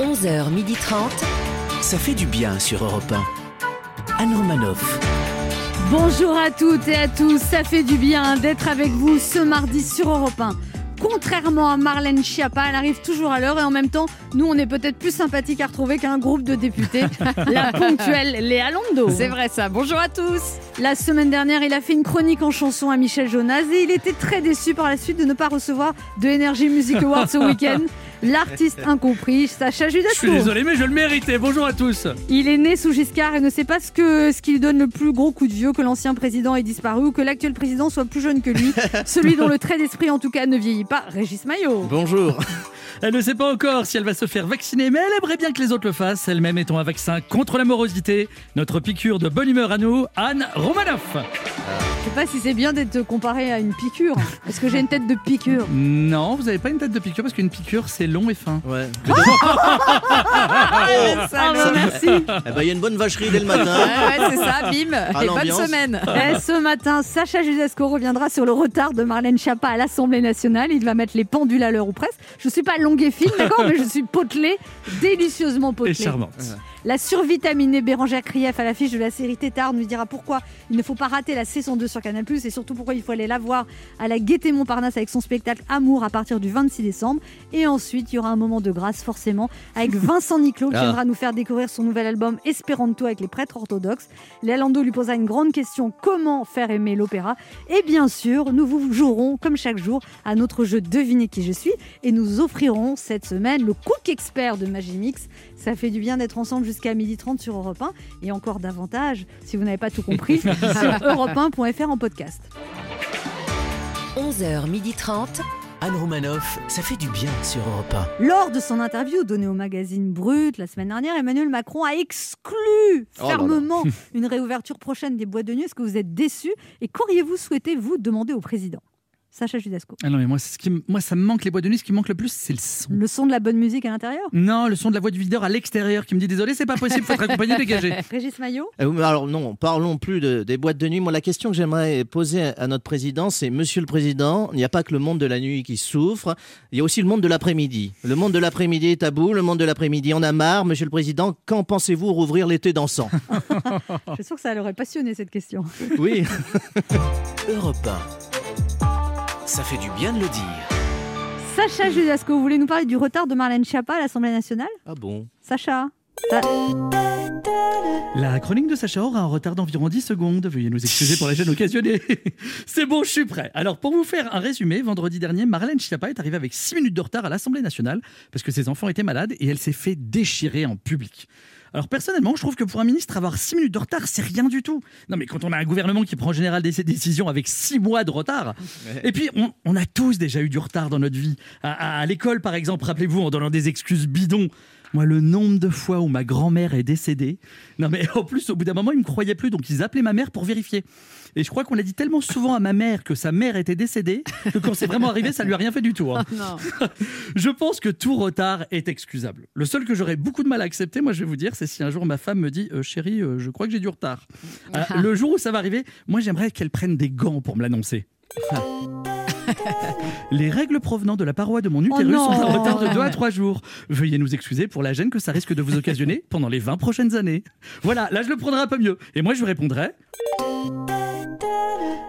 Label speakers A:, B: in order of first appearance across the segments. A: 11h30.
B: Ça fait du bien sur Europe 1. Anne Romanoff.
C: Bonjour à toutes et à tous, ça fait du bien d'être avec vous ce mardi sur Europe 1. Contrairement à Marlène Schiappa, elle arrive toujours à l'heure et en même temps, nous on est peut-être plus sympathique à retrouver qu'un groupe de députés, la ponctuelle Léa Londo.
D: C'est vrai ça, bonjour à tous
C: La semaine dernière, il a fait une chronique en chanson à Michel Jonas et il était très déçu par la suite de ne pas recevoir de Energy Music Awards ce week-end. L'artiste incompris, Sacha Judasco.
E: Je suis désolé, mais je le méritais. Bonjour à tous.
C: Il est né sous Giscard et ne sait pas ce, que, ce qui lui donne le plus gros coup de vieux que l'ancien président ait disparu ou que l'actuel président soit plus jeune que lui. Celui dont le trait d'esprit, en tout cas, ne vieillit pas, Régis Maillot.
E: Bonjour. Elle ne sait pas encore si elle va se faire vacciner, mais elle aimerait bien que les autres le fassent, elle-même étant un vaccin contre l'amorosité. Notre piqûre de bonne humeur à nous, Anne Romanoff.
C: Je sais pas si c'est bien d'être comparé à une piqûre. Est-ce que j'ai une tête de piqûre
E: Non, vous n'avez pas une tête de piqûre parce qu'une piqûre, c'est long et fin.
F: Ouais.
C: Ah bah merci.
F: Eh ben, Il y a une bonne vacherie dès le matin.
D: Ouais, ouais, c'est ça, bim Et bonne
F: l'ambiance.
D: semaine
C: Eh, ce matin, Sacha Judasco reviendra sur le retard de Marlène Schiappa à l'Assemblée nationale. Il va mettre les pendules à l'heure ou presque. Je suis pas longue et fine, d'accord, mais je suis potelée, délicieusement
E: Et
C: potelée.
E: charmante.
C: La survitaminée Bérangère Krief à l'affiche de la série Tétard nous dira pourquoi il ne faut pas rater la saison 2 sur Canal+, et surtout pourquoi il faut aller la voir à la Gaîté Montparnasse avec son spectacle Amour à partir du 26 décembre. Et ensuite, il y aura un moment de grâce, forcément, avec Vincent Niclot qui
F: Ah.
C: viendra nous faire découvrir son nouvel album Esperanto avec les prêtres orthodoxes. Léalando lui posa une grande question, comment faire aimer l'opéra Et bien sûr, nous vous jouerons, comme chaque jour, à notre jeu Devinez qui je suis, et nous offrirons cette semaine le Cook Expert de Magimix. Ça fait du bien d'être ensemble jusqu'à 12h30 sur Europe 1 et encore davantage, si vous n'avez pas tout compris, sur europe1.fr en podcast.
A: 11h30.
B: Anne Romanoff, ça fait du bien sur Europe
C: Lors de son interview donnée au magazine Brut la semaine dernière, Emmanuel Macron a exclu
F: Oh là là.
C: fermement une réouverture prochaine des boîtes de nuit. Est-ce que vous êtes déçu Et qu'auriez-vous souhaité vous demander au président Sacha Judasco.
E: Ah non, mais moi, c'est ce qui, m- moi, ça me manque les boîtes de nuit. Ce qui me manque le plus, c'est le son.
C: Le son de la bonne musique à l'intérieur
E: Non, le son de la voix du videur à l'extérieur qui me dit désolé, c'est pas possible, faut être accompagné, dégagé.
C: Régis Maillot
F: Euh, mais alors non, parlons plus de- des boîtes de nuit. Moi, la question que j'aimerais poser à- à notre président, c'est Monsieur le Président, il n'y a pas que le monde de la nuit qui souffre, il y a aussi le monde de l'après-midi. Le monde de l'après-midi est à bout, le monde de l'après-midi en a marre. Monsieur le Président, quand pensez-vous rouvrir l'été dansant Oh.
C: Je suis sûre que ça l'aurait passionné cette question.
F: Oui.
B: 1. Europe 1. Ça fait du bien de le dire.
C: Sacha Judasco, vous voulez nous parler du retard de Marlène Schiappa à l'Assemblée nationale
F: Ah bon Ah.
C: Sacha
E: La chronique de Sacha aura un retard d'environ 10 secondes. Veuillez nous excuser pour la gêne occasionnée. C'est bon, je suis prêt. Alors, pour vous faire un résumé, vendredi dernier, Marlène Schiappa est arrivée avec 6 minutes de retard à l'Assemblée nationale parce que ses enfants étaient malades et elle s'est fait déchirer en public. Alors, personnellement, je trouve que pour un ministre, avoir 6 minutes de retard, c'est rien du tout. Non, mais quand on a un gouvernement qui prend en général des décisions avec 6 mois de retard, et puis, on, on a tous déjà eu du retard dans notre vie. À, à- à l'école, par exemple, rappelez-vous, en donnant des excuses bidons. Moi, le nombre de fois où ma grand-mère est décédée. Non, mais en plus, au bout d'un moment, ils me croyaient plus, donc ils appelaient ma mère pour vérifier. Et je crois qu'on a dit tellement souvent à ma mère que sa mère était décédée que quand c'est vraiment arrivé, ça lui a rien fait du tout. hein.
D: Oh, Non.
E: Je pense que tout retard est excusable. Le seul que j'aurais beaucoup de mal à accepter, moi je vais vous dire, c'est si un jour ma femme me dit euh, chérie, euh, je crois que j'ai du retard. Euh, le jour où ça va arriver, moi j'aimerais qu'elle prenne des gants pour me l'annoncer. Ah. Les règles provenant de la paroi de mon
F: Oh
E: utérus
C: Oh non.
E: sont en retard de 2 à 3 jours. Veuillez nous excuser pour la gêne que ça risque de vous occasionner pendant les 20 prochaines années. Voilà, là je le prendrai un peu mieux. Et moi je lui répondrai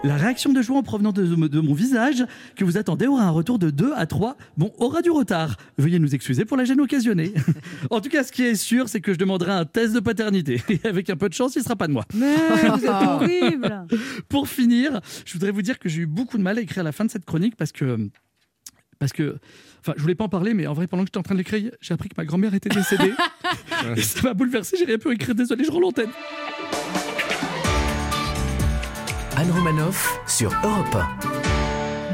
E: la réaction de joie en provenant de, de mon visage que vous attendez aura un retour de 2 à 3. Bon, aura du retard. Veuillez nous excuser pour la gêne occasionnée. en tout cas, ce qui est sûr, c'est que je demanderai un test de paternité. Et avec un peu de chance, il sera pas de moi.
C: Mais vous êtes horrible
E: Pour finir, je voudrais vous dire que j'ai eu beaucoup de mal à écrire la fin de cette chronique parce que. Parce que, enfin, je voulais pas en parler, mais en vrai, pendant que j'étais en train de l'écrire, j'ai appris que ma grand-mère était décédée. et ça m'a bouleversé, j'ai rien pu écrire. Désolé, je rends l'antenne.
B: Anne Romanoff sur Europe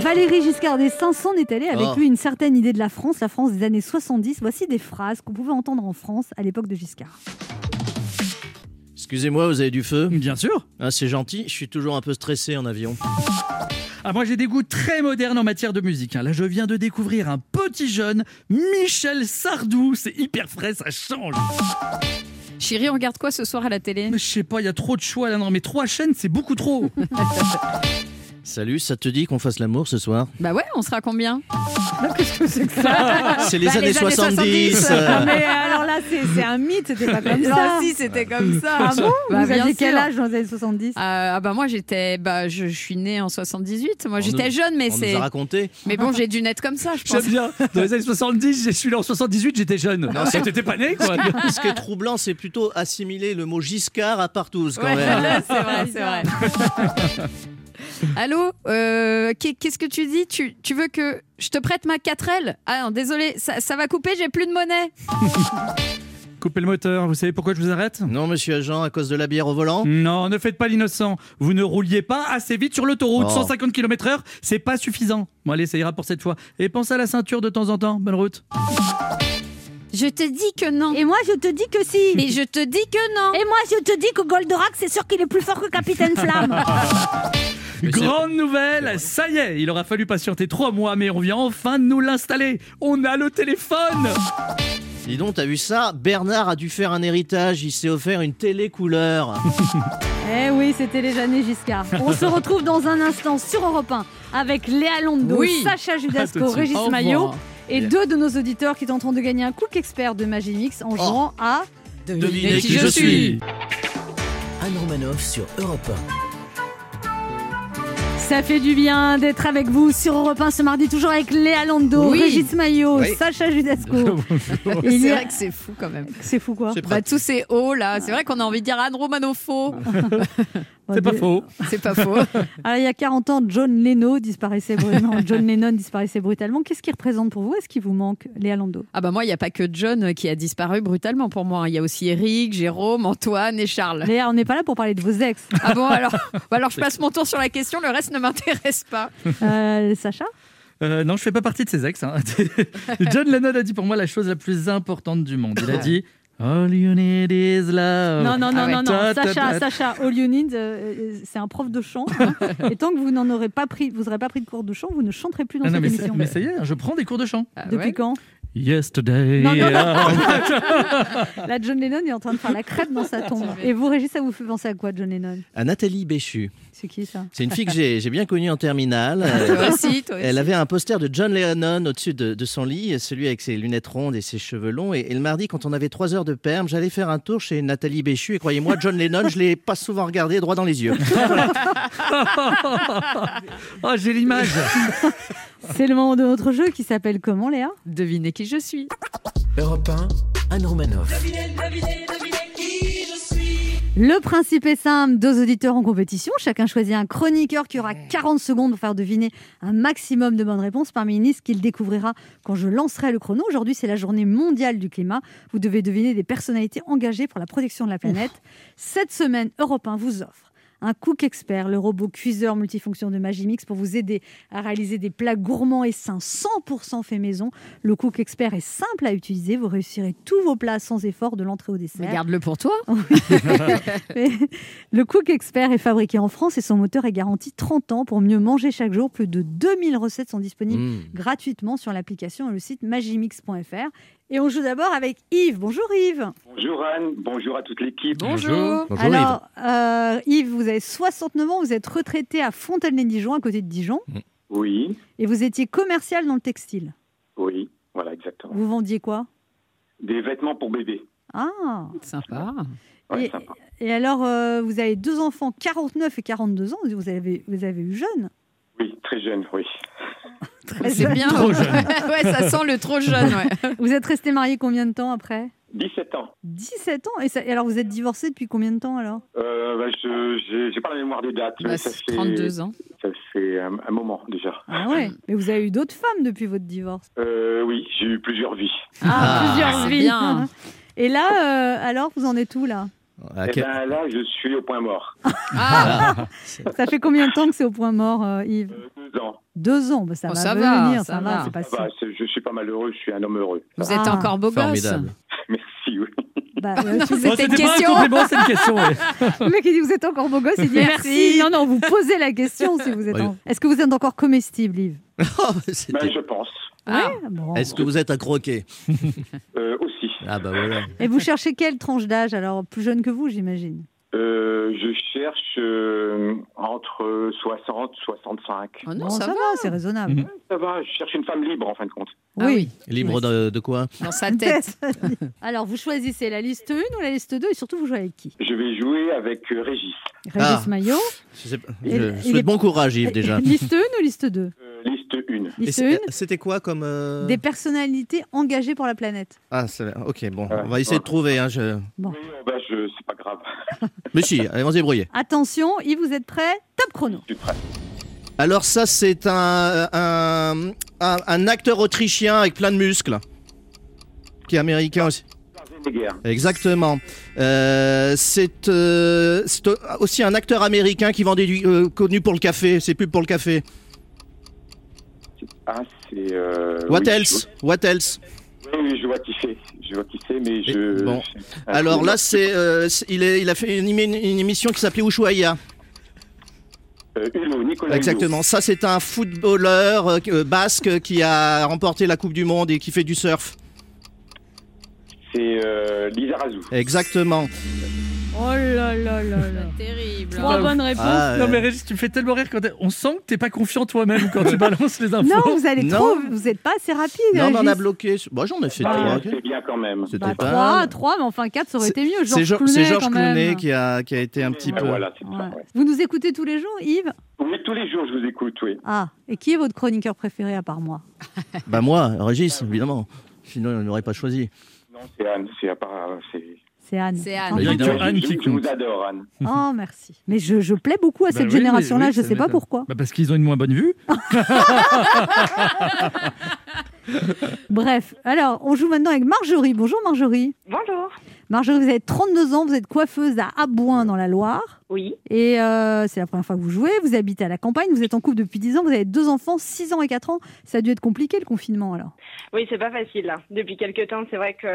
C: Valérie Giscard d'Estaing s'en est allée avec
D: Ah.
F: Oh.
C: lui une certaine idée de la France, la France des années 70. Voici des phrases qu'on pouvait entendre en France à l'époque de Giscard.
F: Excusez-moi, vous avez du feu
E: Bien sûr.
F: Ah, C'est gentil, je suis toujours un peu stressé en avion.
E: Ah, moi, j'ai des goûts très modernes en matière de musique. hein. Là, je viens de découvrir un petit jeune, Michel Sardou. C'est hyper frais, ça change.
D: Chérie, on regarde quoi ce soir à la télé
E: Mais je sais pas, il y a trop de choix là. Non, mais trois chaînes, c'est beaucoup trop.
F: Salut, ça te dit qu'on fasse l'amour ce soir
D: Bah ouais, on sera combien
C: Qu'est-ce que c'est que ça
F: C'est les
D: Bah,
F: années
D: les années Ah,
F: 70.
D: 70.
F: euh,
C: Non, mais eh, alors là, c'est c'est un mythe, c'était pas comme ça.
D: si, c'était comme ça. Ah bon
C: Vous aviez quel
D: sûr.
C: âge dans les années 70
D: Ah, ah bah moi j'étais bah je, je suis née en 78 moi
F: On
D: j'étais
F: nous-
D: jeune mais
F: on nous
D: c'est
F: a raconté.
D: mais bon j'ai dû naître comme ça je pense
A: J'aime bien. Dans les années 70, je suis là en 78, j'étais jeune. Non, Ah, t'étais pas né, quoi.
F: Ce qui est troublant, c'est plutôt assimiler le mot Giscard à partouze quand
D: Ouais,
F: même.
D: là, c'est vrai c'est vrai allô euh, qu'est- qu'est-ce que tu dis tu, tu veux que je te prête ma 4L ah non désolé ça, ça va couper j'ai plus de monnaie
A: Coupez le moteur, vous savez pourquoi je vous arrête
F: Non, monsieur agent, à cause de la bière au volant
A: Non, ne faites pas l'innocent. Vous ne rouliez pas assez vite sur l'autoroute.
F: Oh.
A: 150 km/h, c'est pas suffisant. Bon, allez, ça ira pour cette fois. Et pensez à la ceinture de temps en temps. Bonne route.
D: je te dis que non
C: Et moi, je te dis que si.
D: et je te dis que non
C: Et moi, je te dis que Goldorak, c'est sûr qu'il est plus fort que Capitaine Flamme.
F: Mais c'est-
A: Grande nouvelle, ça y est, il aura fallu patienter trois mois, mais on vient enfin de nous l'installer. On a le téléphone.
F: Dis donc, t'as vu ça Bernard a dû faire un héritage, il s'est offert une télé couleur.
C: eh oui, c'était les années Giscard. On se retrouve dans un instant sur Europe 1 avec Léa Londo,
D: Oui.
C: Sacha
A: À tout de
C: Judasco,
A: suite.
C: Régis
D: Au
C: Maillot
D: revoir.
C: et
F: Bien.
C: deux de nos auditeurs qui tenteront de gagner un cook expert de Magimix en jouant à...
F: Devinez qui je suis.
B: Anne Romanoff sur Europe
C: Ça fait du bien d'être avec vous sur Europe 1 ce mardi, toujours avec Léa Londo,
D: Oui.
C: Régis Maillot,
F: Oui.
C: Sacha Judasco. Et il y
D: c'est
C: a-
D: vrai que c'est fou quand même
C: C'est fou quoi
F: C'est
D: bah
F: pratique.
D: tous ces hauts là c'est vrai qu'on a envie de dire Anne Romano faux
A: C'est pas
C: Des-
A: faux.
D: c'est pas faux
C: Alors, Ah, il y a 40 ans, John Leno disparaissait brutalement. John Lennon disparaissait brutalement. Qu'est-ce qu'il représente pour vous Est-ce qu'il vous manque, Léa Lando
D: Ah bah moi, il n'y a pas que John qui a disparu brutalement pour moi. Il y a aussi Eric, Jérôme, Antoine et Charles.
C: Léa, on n'est pas là pour parler de vos ex.
D: Ah bon, alors, bah alors je passe mon tour sur la question, le reste ne m'intéresse pas.
C: Euh, Sacha
A: Euh, non, je fais pas partie de ses ex. hein. John Lennon a dit pour moi la chose la plus importante du monde. Il a dit All you need is love.
C: Non, non, non,
D: Ah ouais.
C: non, non.
A: Euh, Ta, ta,
C: Sacha,
A: ta.
C: Sacha, All You Need, euh, euh, c'est un prof de chant. hein. Et tant que vous n'en aurez pas pris, vous n'aurez pas pris de cours de chant, vous ne chanterez plus dans
A: Ah non,
C: cette
A: mais, ça,
C: émission.
A: mais ça y est, je prends des cours de chant.
D: Ah
C: Depuis
D: ouais.
C: quand
A: Yesterday.
C: Non, non, non.
A: Ah,
C: Là, John Lennon est en train de faire la crête dans sa tombe. Et vous, Régis, ça vous fait penser à quoi, John Lennon
F: À Nathalie Béchu.
C: C'est qui ça
F: C'est une fille que j'ai j'ai bien connue en terminale.
D: Toi aussi, toi aussi.
F: Elle avait un poster de John Lennon au-dessus de, de son lit, celui avec ses lunettes rondes et ses cheveux longs. Et, et le mardi, quand on avait trois heures de perme, j'allais faire un tour chez Nathalie Béchu. Et croyez-moi, John Lennon, je l'ai pas souvent regardé droit dans les yeux.
A: Oh, j'ai l'image.
C: C'est le moment de notre jeu qui s'appelle comment, Léa
D: Devinez qui je suis.
B: 1. Europe 1, Anne Romanoff.
C: Le principe est simple, deux auditeurs en compétition, chacun choisit un chroniqueur qui aura 40 secondes pour faire deviner un maximum de bonnes réponses parmi une liste qu'il découvrira quand je lancerai le chrono. Aujourd'hui, c'est la journée mondiale du climat. Vous devez deviner des personnalités engagées pour la protection de la planète. Cette semaine, Europe 1 vous offre un cook expert, le robot cuiseur multifonction de Magimix pour vous aider à réaliser des plats gourmands et sains 100% fait maison. Le cook expert est simple à utiliser, vous réussirez tous vos plats sans effort de l'entrée au dessert.
D: Garde-le pour toi.
C: Mais le Cook Expert est fabriqué en France et son moteur est garanti 30 ans pour mieux manger chaque jour. Plus de 2000 recettes sont disponibles
D: Hmm.
F: Mm.
C: gratuitement sur l'application et le site magimix.fr. Et on joue d'abord avec Yves. Bonjour Yves.
G: Bonjour Anne, bonjour à toute l'équipe.
D: Bonjour.
F: Bonjour Yves.
C: Alors euh, Yves, vous avez 69 ans, vous êtes retraité à Fontaine-les-Dijon, à côté de Dijon,
G: Oui,
C: et vous étiez commercial dans le textile.
G: oui, voilà exactement.
C: Vous vendiez quoi
G: Des vêtements pour bébé.
C: Ah
D: Sympa.
G: Ouais,
C: Et-
G: sympa.
C: Et alors, euh, vous avez deux enfants, 49 et 42 ans, vous avez, vous avez eu jeune.
G: Oui, très jeune, oui.
D: C'est bien.
A: Trop jeune.
D: ouais, ça sent le trop jeune. ouais.
C: Vous êtes resté marié combien de temps après
G: 17 ans.
C: 17 ans et, ça- et alors vous êtes divorcé depuis combien de temps alors
G: Euh, bah, je j'ai- j'ai pas la mémoire des dates, mais
D: Bah,
G: ça
D: c'est
G: fait,
D: 32 ans.
G: ça fait un, un moment déjà.
C: Ah ouais
D: Euh.
C: Mais vous avez eu d'autres femmes depuis votre divorce.
G: Euh, oui, j'ai eu plusieurs vies.
F: Ah,
D: c'est bien.
C: Et là, euh, alors vous en êtes où là
F: Ah,
G: Et
F: quel-
G: ben, là, je suis au point mort.
D: Ah,
C: Ça fait combien de temps que c'est au point mort, euh, Yves
G: Euh, deux ans.
C: Deux ans, bah, ça,
D: Oh,
C: va
D: ça va,
C: venir, ça,
D: ça
C: va,
D: va.
C: c'est pas
G: Ça va,
C: si.
G: Ah bah, c'est- je suis pas malheureux, je suis un homme heureux. Ça
D: vous
G: va.
D: êtes
C: Ah.
D: encore beau
F: Formidable.
D: gosse.
G: Merci, oui.
C: Bah, euh, tu sais,
A: Bon,
D: C'était une
A: pas un
D: question.
A: compliment, c'est une question. ouais.
C: le mec il dit vous êtes encore beau gosse, il dit merci.
D: Merci.
C: Non, non, vous posez la question si vous êtes.
F: Oui.
C: en- Est-ce que vous êtes encore comestible, Yves
F: Oh, c'était-
G: Ben, je pense.
D: Ah,
C: Ouais, bon.
F: Est-ce que vous êtes à croquer
G: Euh, aussi.
F: Ah bah voilà.
C: Et vous cherchez quelle tranche d'âge Alors plus jeune que vous, j'imagine.
G: Euh, Euh, je cherche euh, entre 60 65.
D: Oh non,
C: Bon,
D: ça, va.
C: c'est raisonnable.
E: Mhm.
G: Ça va, je cherche une femme libre en fin de compte.
D: Ah oui.
F: Libre
D: Oui.
F: de, de quoi
D: Dans sa tête.
C: Alors, vous choisissez la liste 1 ou la liste 2 et surtout, vous jouez avec qui
G: Je vais jouer avec euh, Régis.
C: Régis
F: Ah.
C: Maillot,
F: Je sais pas.
C: Il-
F: Je-
C: il
F: je souhaite
C: est-
F: bon courage, Yves, déjà.
C: liste 1 ou liste 2
G: Euh, liste 1.
F: Et
C: Liste 1,
F: c'est- C'était quoi comme. euh,
C: des personnalités engagées pour la planète.
F: Ah, ça va. ok, bon,
G: Ouais.
F: on va essayer de trouver. Hein, je...
G: Oui, euh, bah, je... c'est pas grave.
F: Mais si, allez, on se débrouiller.
C: Attention, Yves, vous êtes prêts Top chrono.
G: Je suis prêt.
F: Alors, ça, c'est un, un, un, un acteur autrichien avec plein de muscles. Qui est américain aussi.
G: Schwarzenegger.
F: Exactement. Euh, c'est euh, c'est aussi un acteur américain qui vendait du. euh, connu pour le café, ses pubs pour le café.
G: Ah, c'est. euh,
F: What
G: oui,
F: else What else
G: je- Oui, oui, je vois qui c'est. Je vois qui c'est, mais je.
F: bon.
G: je-
F: Alors là, c'est euh, c'est- il, est, il a fait une, émi- une émission qui s'appelait Ushuaïa.
G: Euh, Hulot, Nicolas Hulot.
F: Exactement. Ça, c'est un footballeur euh, euh, basque qui a remporté la Coupe du Monde et qui fait du surf.
G: C'est euh, Lisa Razou.
F: Exactement.
C: Oh là là là là.
D: Terrible.
C: Trois bonnes réponses.
F: Ah,
A: Non mais
F: euh,
A: Régis, tu me fais tellement rire quand t'es- on sent que t'es pas confiant toi-même quand tu balances les infos.
C: Non, vous allez
F: Non.
C: trop, vous n'êtes pas assez rapide.
F: non, mais on a
C: Régis.
F: bloqué. Bon, Bah, j'en ai fait
G: Ah,
F: trois.
G: c'est bien quand même.
F: C'était
C: Bah, 3,
F: pas-
C: 3, mais enfin 4, ça aurait
F: Ah. C'est-
C: été mieux.
F: C'est
C: Georges
F: Jo-
C: Clooney,
F: c'est Georges
C: quand même.
F: Clooney qui a, qui a été un petit
G: Ah,
F: peu.
G: Voilà, c'est ça.
C: Ouais.
G: ouais.
C: Vous nous écoutez tous les jours, Yves
G: Oui, tous les jours, je vous écoute, oui.
C: Ah, et qui est votre chroniqueur préféré à part moi
F: Bah, moi, Régis, évidemment. Sinon, on n'aurait pas choisi.
G: Non, c'est Anne, c'est à part. euh, C'est...
C: C'est Anne.
D: C'est Anne.
C: Enfin,
A: Il y a
G: Je-
A: que Anne
G: je-
A: qui
G: je
A: compte.
G: vous adore, Anne.
C: Oh, merci. Mais je, je plais beaucoup à
A: Bah
C: cette
A: oui,
C: génération-là,
A: mais oui,
C: je
A: ça
C: sais pas
A: m'étonne.
C: pourquoi.
A: Bah, parce qu'ils ont une moins bonne vue.
C: Bref, alors, on joue maintenant avec Marjorie. Bonjour Marjorie.
H: Bonjour.
C: Marjorie, vous avez 32 ans, vous êtes coiffeuse à Abouin dans la Loire.
H: Oui,
C: Et euh, c'est la première fois que vous jouez, vous habitez à la campagne, vous êtes en couple depuis 10 ans, vous avez deux enfants, 6 ans et 4 ans. Ça a dû être compliqué le confinement alors.
H: oui, c'est pas facile. là. Depuis quelques temps, c'est vrai que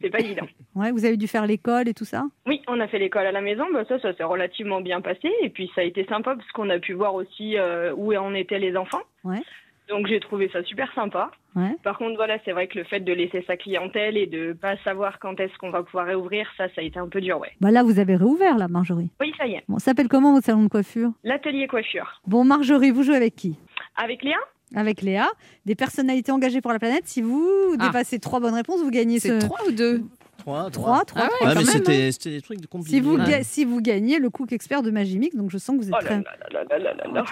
H: c'est pas évident.
C: Ouais, vous avez dû faire l'école et tout ça
H: Oui, on a fait l'école à la maison. Bah, ça, ça s'est relativement bien passé. Et puis, ça a été sympa parce qu'on a pu voir aussi euh, où en étaient les enfants.
C: Ouais.
H: Donc, j'ai trouvé ça super sympa.
C: Ouais.
H: Par contre, voilà, c'est vrai que le fait de laisser sa clientèle et de pas savoir quand est-ce qu'on va pouvoir réouvrir, ça, ça a été un peu dur, ouais.
C: Bah là, vous avez réouvert là, Marjorie.
H: Oui, ça y est.
C: Bon, ça s'appelle comment votre salon de coiffure
H: L'atelier coiffure.
C: Bon, Marjorie, vous jouez avec qui
H: Avec Léa
C: Avec Léa, des personnalités engagées pour la planète. Si vous
D: Ah.
C: dépassez trois bonnes réponses, vous gagnez
D: C'est
C: ce.
D: 3 ou 2
F: Trois,
C: Trois, trois,
D: Ah
C: trois, hein.
D: ouais,
F: Ouais,
D: quand
F: mais
D: même,
F: c'était c'était des trucs compliqués. hein.
C: Si vous,
D: Ouais.
C: ga- si vous gagnez le cook expert de Magimix, donc je sens que vous êtes
H: Oh là
C: très. Ah,
H: là là là là là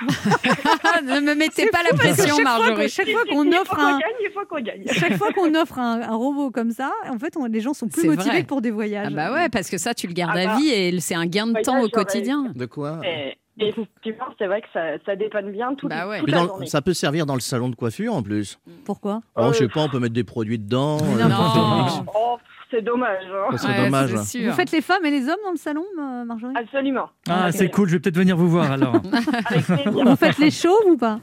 H: là.
D: ne me mettez pas la
C: Parce que
D: pression,
C: chaque fois que-
D: Marjorie.
C: chaque fois qu'on
H: Il faut
C: offre
H: qu'on
C: un,
H: gagne, il faut qu'on gagne.
C: chaque fois qu'on offre un, un robot comme ça, en fait, on- les gens sont plus
D: C'est
C: motivés
D: vrai.
C: que pour des voyages.
D: Ah bah ouais, parce que ça, tu le gardes
H: Ah
D: à
H: bah.
D: vie et c'est un gain de temps au
H: Voyage, j'aurais-
D: quotidien.
F: De quoi
H: Et et effectivement, c'est vrai que ça, ça dépanne bien tout,
D: Bah ouais.
H: toute
F: Mais
H: la
F: dans-
H: journée.
F: ça peut servir dans le salon de coiffure en plus.
C: Pourquoi
F: Oh,
H: Euh,
F: je sais pas, on peut mettre des produits dedans.
C: Mais
F: euh,
D: Non.
H: Oh, c'est dommage. hein.
F: Ça serait
D: Ouais,
F: dommage.
D: c'est sûr.
C: Vous faites les femmes et les hommes dans le salon, euh, Marjorie
H: Absolument.
A: Ah,
H: Ok.
A: c'est cool, je vais peut-être venir vous voir alors.
H: Avec plaisir.
C: Vous faites les chauves ou pas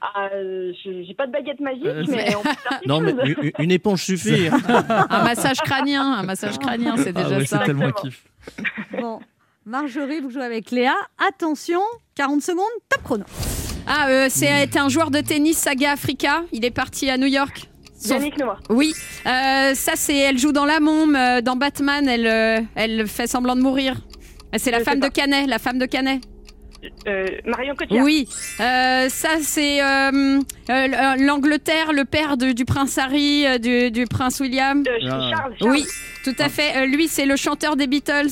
H: Ah, euh, je- J'ai pas de baguette magique,
A: Euh,
H: mais on peut faire quelque
F: Non, mais
H: chose.
F: une- une éponge suffit. hein.
D: Un massage crânien, un massage crânien, c'est
A: Ah
D: déjà
A: ouais, c'est
D: ça.
A: tellement un
H: Exactement.
A: kiff.
C: Bon, Marjorie, vous jouez avec Léa. Attention, 40 secondes, top chrono.
D: Ah, euh, c'est un joueur de tennis, Saga Africa. Il est parti à New York. Son-
H: Yannick Noah.
D: Oui, Euh, ça c'est, elle joue dans La Môme, euh, dans Batman, elle, euh, elle fait semblant de mourir. Euh, C'est la
H: Je
D: femme
H: sais
D: de Canet, la femme de Canet.
H: Euh, Marion Cotillard.
D: Oui, Euh, ça c'est euh, euh, l'Angleterre, le père de- du prince Harry, euh, du, du prince William.
H: Euh, Charles,
A: Ah.
H: Charles.
D: Oui, tout à fait. Euh, lui c'est le chanteur des Beatles.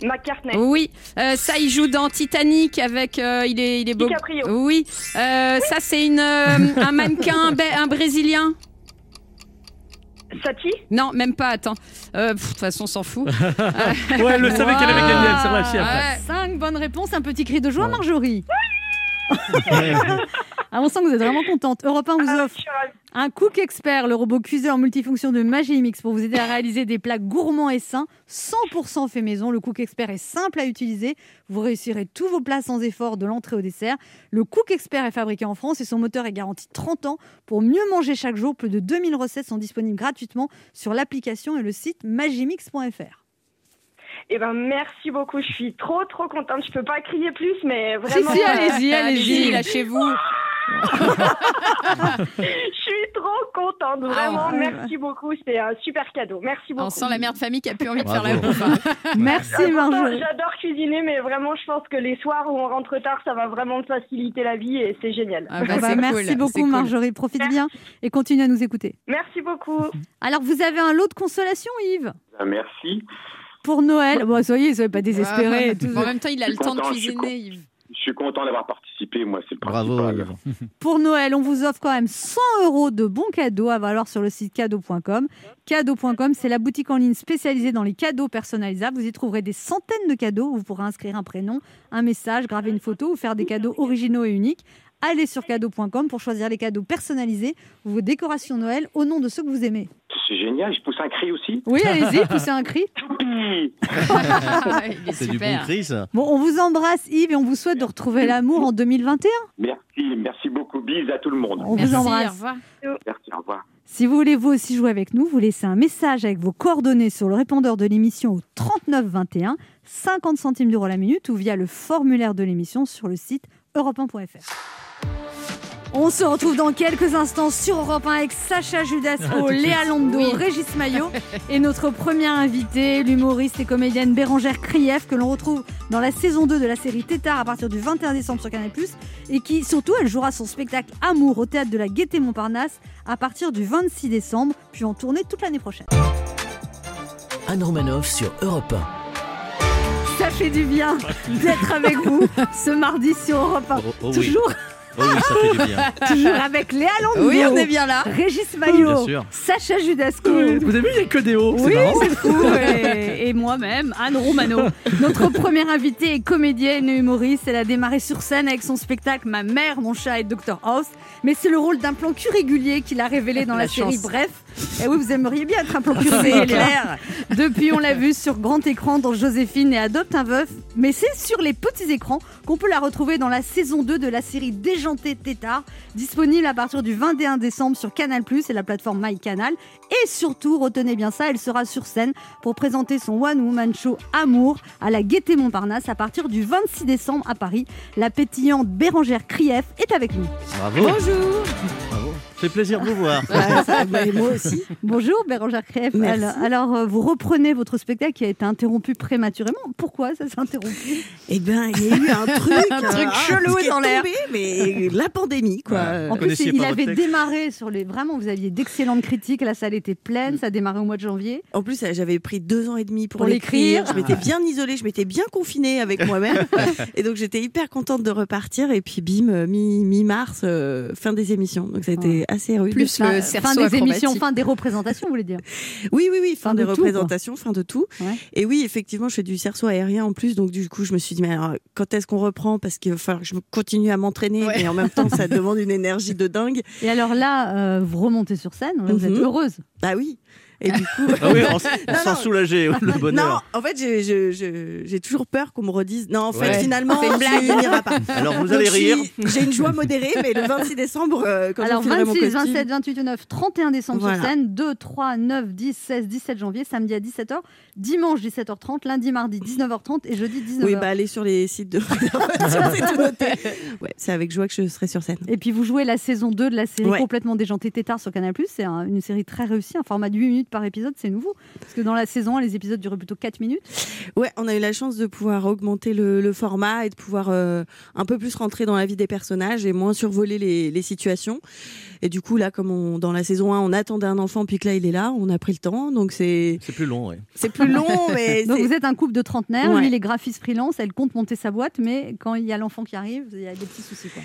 H: McCartney.
D: Oui, Euh, ça il joue dans Titanic avec, euh, il est, il est beau.
H: DiCaprio.
D: Oui, Euh, ça c'est une euh, un mannequin, un Bé- un brésilien.
H: Satie.
D: Non, même pas, attends. Euh, pff, De toute façon, on s'en fout.
A: Ouais, elle le savait qu'elle avait gagné, elle s'est relâchée après.
D: Ouais.
C: 5 bonnes réponses, un petit cri de joie, Marjorie. ah, on sent que vous êtes vraiment contente. Europe 1 vous
H: Ah,
C: offre
H: je suis ravie.
C: un cook expert, le robot cuiseur multifonction de Magimix pour vous aider à réaliser des plats gourmands et sains, 100% fait maison. Le cook expert est simple à utiliser. Vous réussirez tous vos plats sans effort de l'entrée au dessert. Le cook expert est fabriqué en France et son moteur est garanti 30 ans. Pour mieux manger chaque jour, plus de 2000 recettes sont disponibles gratuitement sur l'application et le site magimix.fr.
H: Eh ben, merci beaucoup. Je suis trop, trop contente. Je peux pas crier plus, mais
C: Si,
H: vraiment, euh,
C: si, Ah, allez-y,
D: Allez-y,
C: allez-y.
D: lâchez-vous.
H: je suis trop contente, vraiment.
D: Ah ouais.
H: Merci beaucoup, c'est un super cadeau. Merci beaucoup.
D: On sent la mère de famille qui a plus envie de faire la
F: Bravo.
D: bouffe. hein.
C: Merci
H: Pourtant,
C: Marjorie.
H: J'adore cuisiner, mais vraiment, je pense que les soirs où on rentre tard, ça va vraiment faciliter la vie et c'est génial.
D: Ah bah,
C: Ah bah,
D: c'est cool,
C: merci
D: c'est
C: beaucoup
D: cool.
C: Marjorie, profite bien et continue à nous écouter.
H: Merci beaucoup.
C: Alors vous avez un lot de consolation Yves
G: Ah, Merci.
C: pour Noël. Bon, soyez, soyez pas désespérés.
D: Ouais.
C: tout
D: Bon, en même temps, il a
G: Je
D: le
G: suis
D: temps de
G: content, je suis
D: cuisiner, Yves.
G: Je suis content d'avoir participé, moi, c'est le principal.
F: Bravo, Yvan.
C: Pour Noël, on vous offre quand même 100 euros de bons cadeaux à valoir sur le site cadeau.com. Cadeau.com, c'est la boutique en ligne spécialisée dans les cadeaux personnalisables. Vous y trouverez des centaines de cadeaux. Vous pourrez inscrire un prénom, un message, graver une photo ou faire des cadeaux originaux et uniques. Allez sur cadeau.com pour choisir les cadeaux personnalisés ou vos décorations Noël au nom de ceux que vous aimez.
G: C'est génial, je pousse un cri aussi.
C: Oui, allez-y, poussez un cri.
D: Ah, il est
F: C'est du bon
D: super.
F: cri, ça.
C: Bon, on vous embrasse Yves et on vous souhaite de retrouver l'amour en 2021.
G: Merci, merci beaucoup. Bise à tout le monde.
C: On
D: Merci,
C: vous
D: au
C: embrasse.
D: revoir.
G: Merci, au revoir.
C: Si vous voulez vous aussi jouer avec nous, vous laissez un message avec vos coordonnées sur le répondeur de l'émission au 39 21, 50 centimes d'euros la minute ou via le formulaire de l'émission sur le site europe 1.fr. On se retrouve dans quelques instants sur Europe 1 avec Sacha Judasco, Léa Londo,
D: Oui.
C: Régis Maillot et notre première invitée, l'humoriste et comédienne Bérangère Krief, que l'on retrouve dans la saison 2 de la série Tétard à partir du 21 décembre sur Canal+, et qui, surtout, elle jouera son spectacle Amour au Théâtre de la Gaîté Montparnasse à partir du 26 décembre, puis en tournée toute l'année prochaine.
B: Anne Romanoff sur Europe 1.
C: Ça fait du bien d'être avec vous ce mardi sur Europe 1.
F: Oh, oh oui.
C: toujours,
F: Oh oui, ça fait du bien.
C: toujours avec Léa Landau,
D: Oui, on est bien là.
C: Régis
F: Bien
C: Maillot,
F: sûr.
C: Sacha Judasco.
E: Vous avez vu, il n'y a que des hauts.
C: Oui, c'est fou. Et, et moi-même, Anne Romano. Notre première invitée est comédienne et humoriste. Elle a démarré sur scène avec son spectacle Ma mère, mon chat et Dr House. Mais c'est le rôle d'un plan cul régulier qu'il a révélé dans la,
D: La
C: série
D: chance.
C: Bref. Et oui, vous aimeriez bien être un plan cul régulier, clair. Depuis, on l'a vu sur grand écran dans Joséphine et Adopte un veuf. Mais c'est sur les petits écrans qu'on peut la retrouver dans la saison 2 de la série Déjantée Tétard, disponible à partir du 21 décembre sur Canal+, et la plateforme MyCanal. Et surtout, retenez bien ça, elle sera sur scène pour présenter son One Woman Show Amour à la Gaîté Montparnasse à partir du 26 décembre à Paris. La pétillante Bérangère Krief est avec nous.
F: Bravo.
D: Bonjour.
F: Bravo. C'est plaisir de vous voir.
C: moi aussi. Bonjour Bérangère Krief.
I: Merci.
C: Alors, alors, euh, vous reprenez votre spectacle qui a été interrompu prématurément. Pourquoi ça s'est interrompu
I: Eh bien, il y a eu un truc,
D: Un truc
I: hein,
D: chelou
I: qui est
D: dans l'air.
I: tombé, Mais la pandémie, quoi.
C: En
I: Euh,
C: plus,
F: connaissiez
C: il
F: pas
C: avait
F: votre texte
C: démarré sur les. Vraiment, vous aviez d'excellentes critiques. La salle était pleine.
I: Mm.
C: Ça a démarré au mois de janvier.
I: En plus, euh, j'avais pris deux ans et demi pour,
C: Pour l'écrire.
I: l'écrire. Je m'étais bien isolée, je m'étais bien confinée avec moi-même. et donc, j'étais hyper contente de repartir. Et puis, bim, euh, mi- mi-mars, euh, fin des émissions. Donc, ça a été assez rude.
D: Plus
C: Fin- euh,
D: le
C: fin
D: cerceau
C: des émissions,
D: acrobatique.
C: fin des représentations, vous voulez dire.
I: Oui, oui, oui, fin,
C: Fin
I: des
C: de tout,
I: représentations, fin de tout.
C: Ouais.
I: Et oui, effectivement, je fais du cerceau aérien en plus, donc du coup, je me suis dit, mais alors, quand est-ce qu'on reprend Parce qu'il va falloir que je continue à m'entraîner,
D: Ouais.
I: mais en même temps, ça demande une énergie de dingue.
C: Et alors là, euh, vous remontez sur scène. Vous êtes
I: Mhm.
C: heureuse.
I: Bah oui. Et du coup.
F: Ah oui, on s- on
I: Non,
F: s'en
I: non.
F: soulageait, le
I: Non,
F: bonheur. Bah
I: en fait, j'ai- je- je- j'ai toujours peur qu'on me redise. Non, en fait,
D: Ouais.
I: finalement,
D: C'est une
I: tu n'iras pas.
F: Alors vous
I: Donc,
F: allez
I: je suis-
F: rire.
I: J'ai une joie modérée, mais le 26 décembre, euh, quand
C: Alors
I: je filerai mon
C: 26,
I: costume-
C: 27, 28, 9, 31 décembre
I: Voilà.
C: sur scène, 2, 3, 9, 10, 16, 17 janvier, samedi à 17h, dimanche 17h30, lundi, mardi 19h30 et jeudi 19h.
I: Oui, bah allez sur les sites de réservation, c'est tout noté. Ouais, c'est avec joie que je serai sur scène.
C: Et puis vous jouez la saison 2 de la série
I: Ouais.
C: complètement déjantée Tétard sur Canal+. C'est un- une série très réussie, un format de 8 minutes par épisode, c'est nouveau. Parce que dans la saison 1, les épisodes duraient plutôt 4 minutes.
I: Ouais, on a eu la chance de pouvoir augmenter le, le format et de pouvoir euh, un peu plus rentrer dans la vie des personnages et moins survoler les, les situations. Et du coup, là, comme on, dans la saison 1, on attendait un enfant, puis que là, il est là, on a pris le temps. Donc, c'est
F: C'est plus long, oui.
I: c'est plus long, mais
C: Donc
I: c'est-
C: vous êtes un couple de trentenaires,
I: Ouais.
C: lui il est graphiste freelance, elle compte monter sa boîte, mais quand il y a l'enfant qui arrive, il y a des petits soucis. Quoi.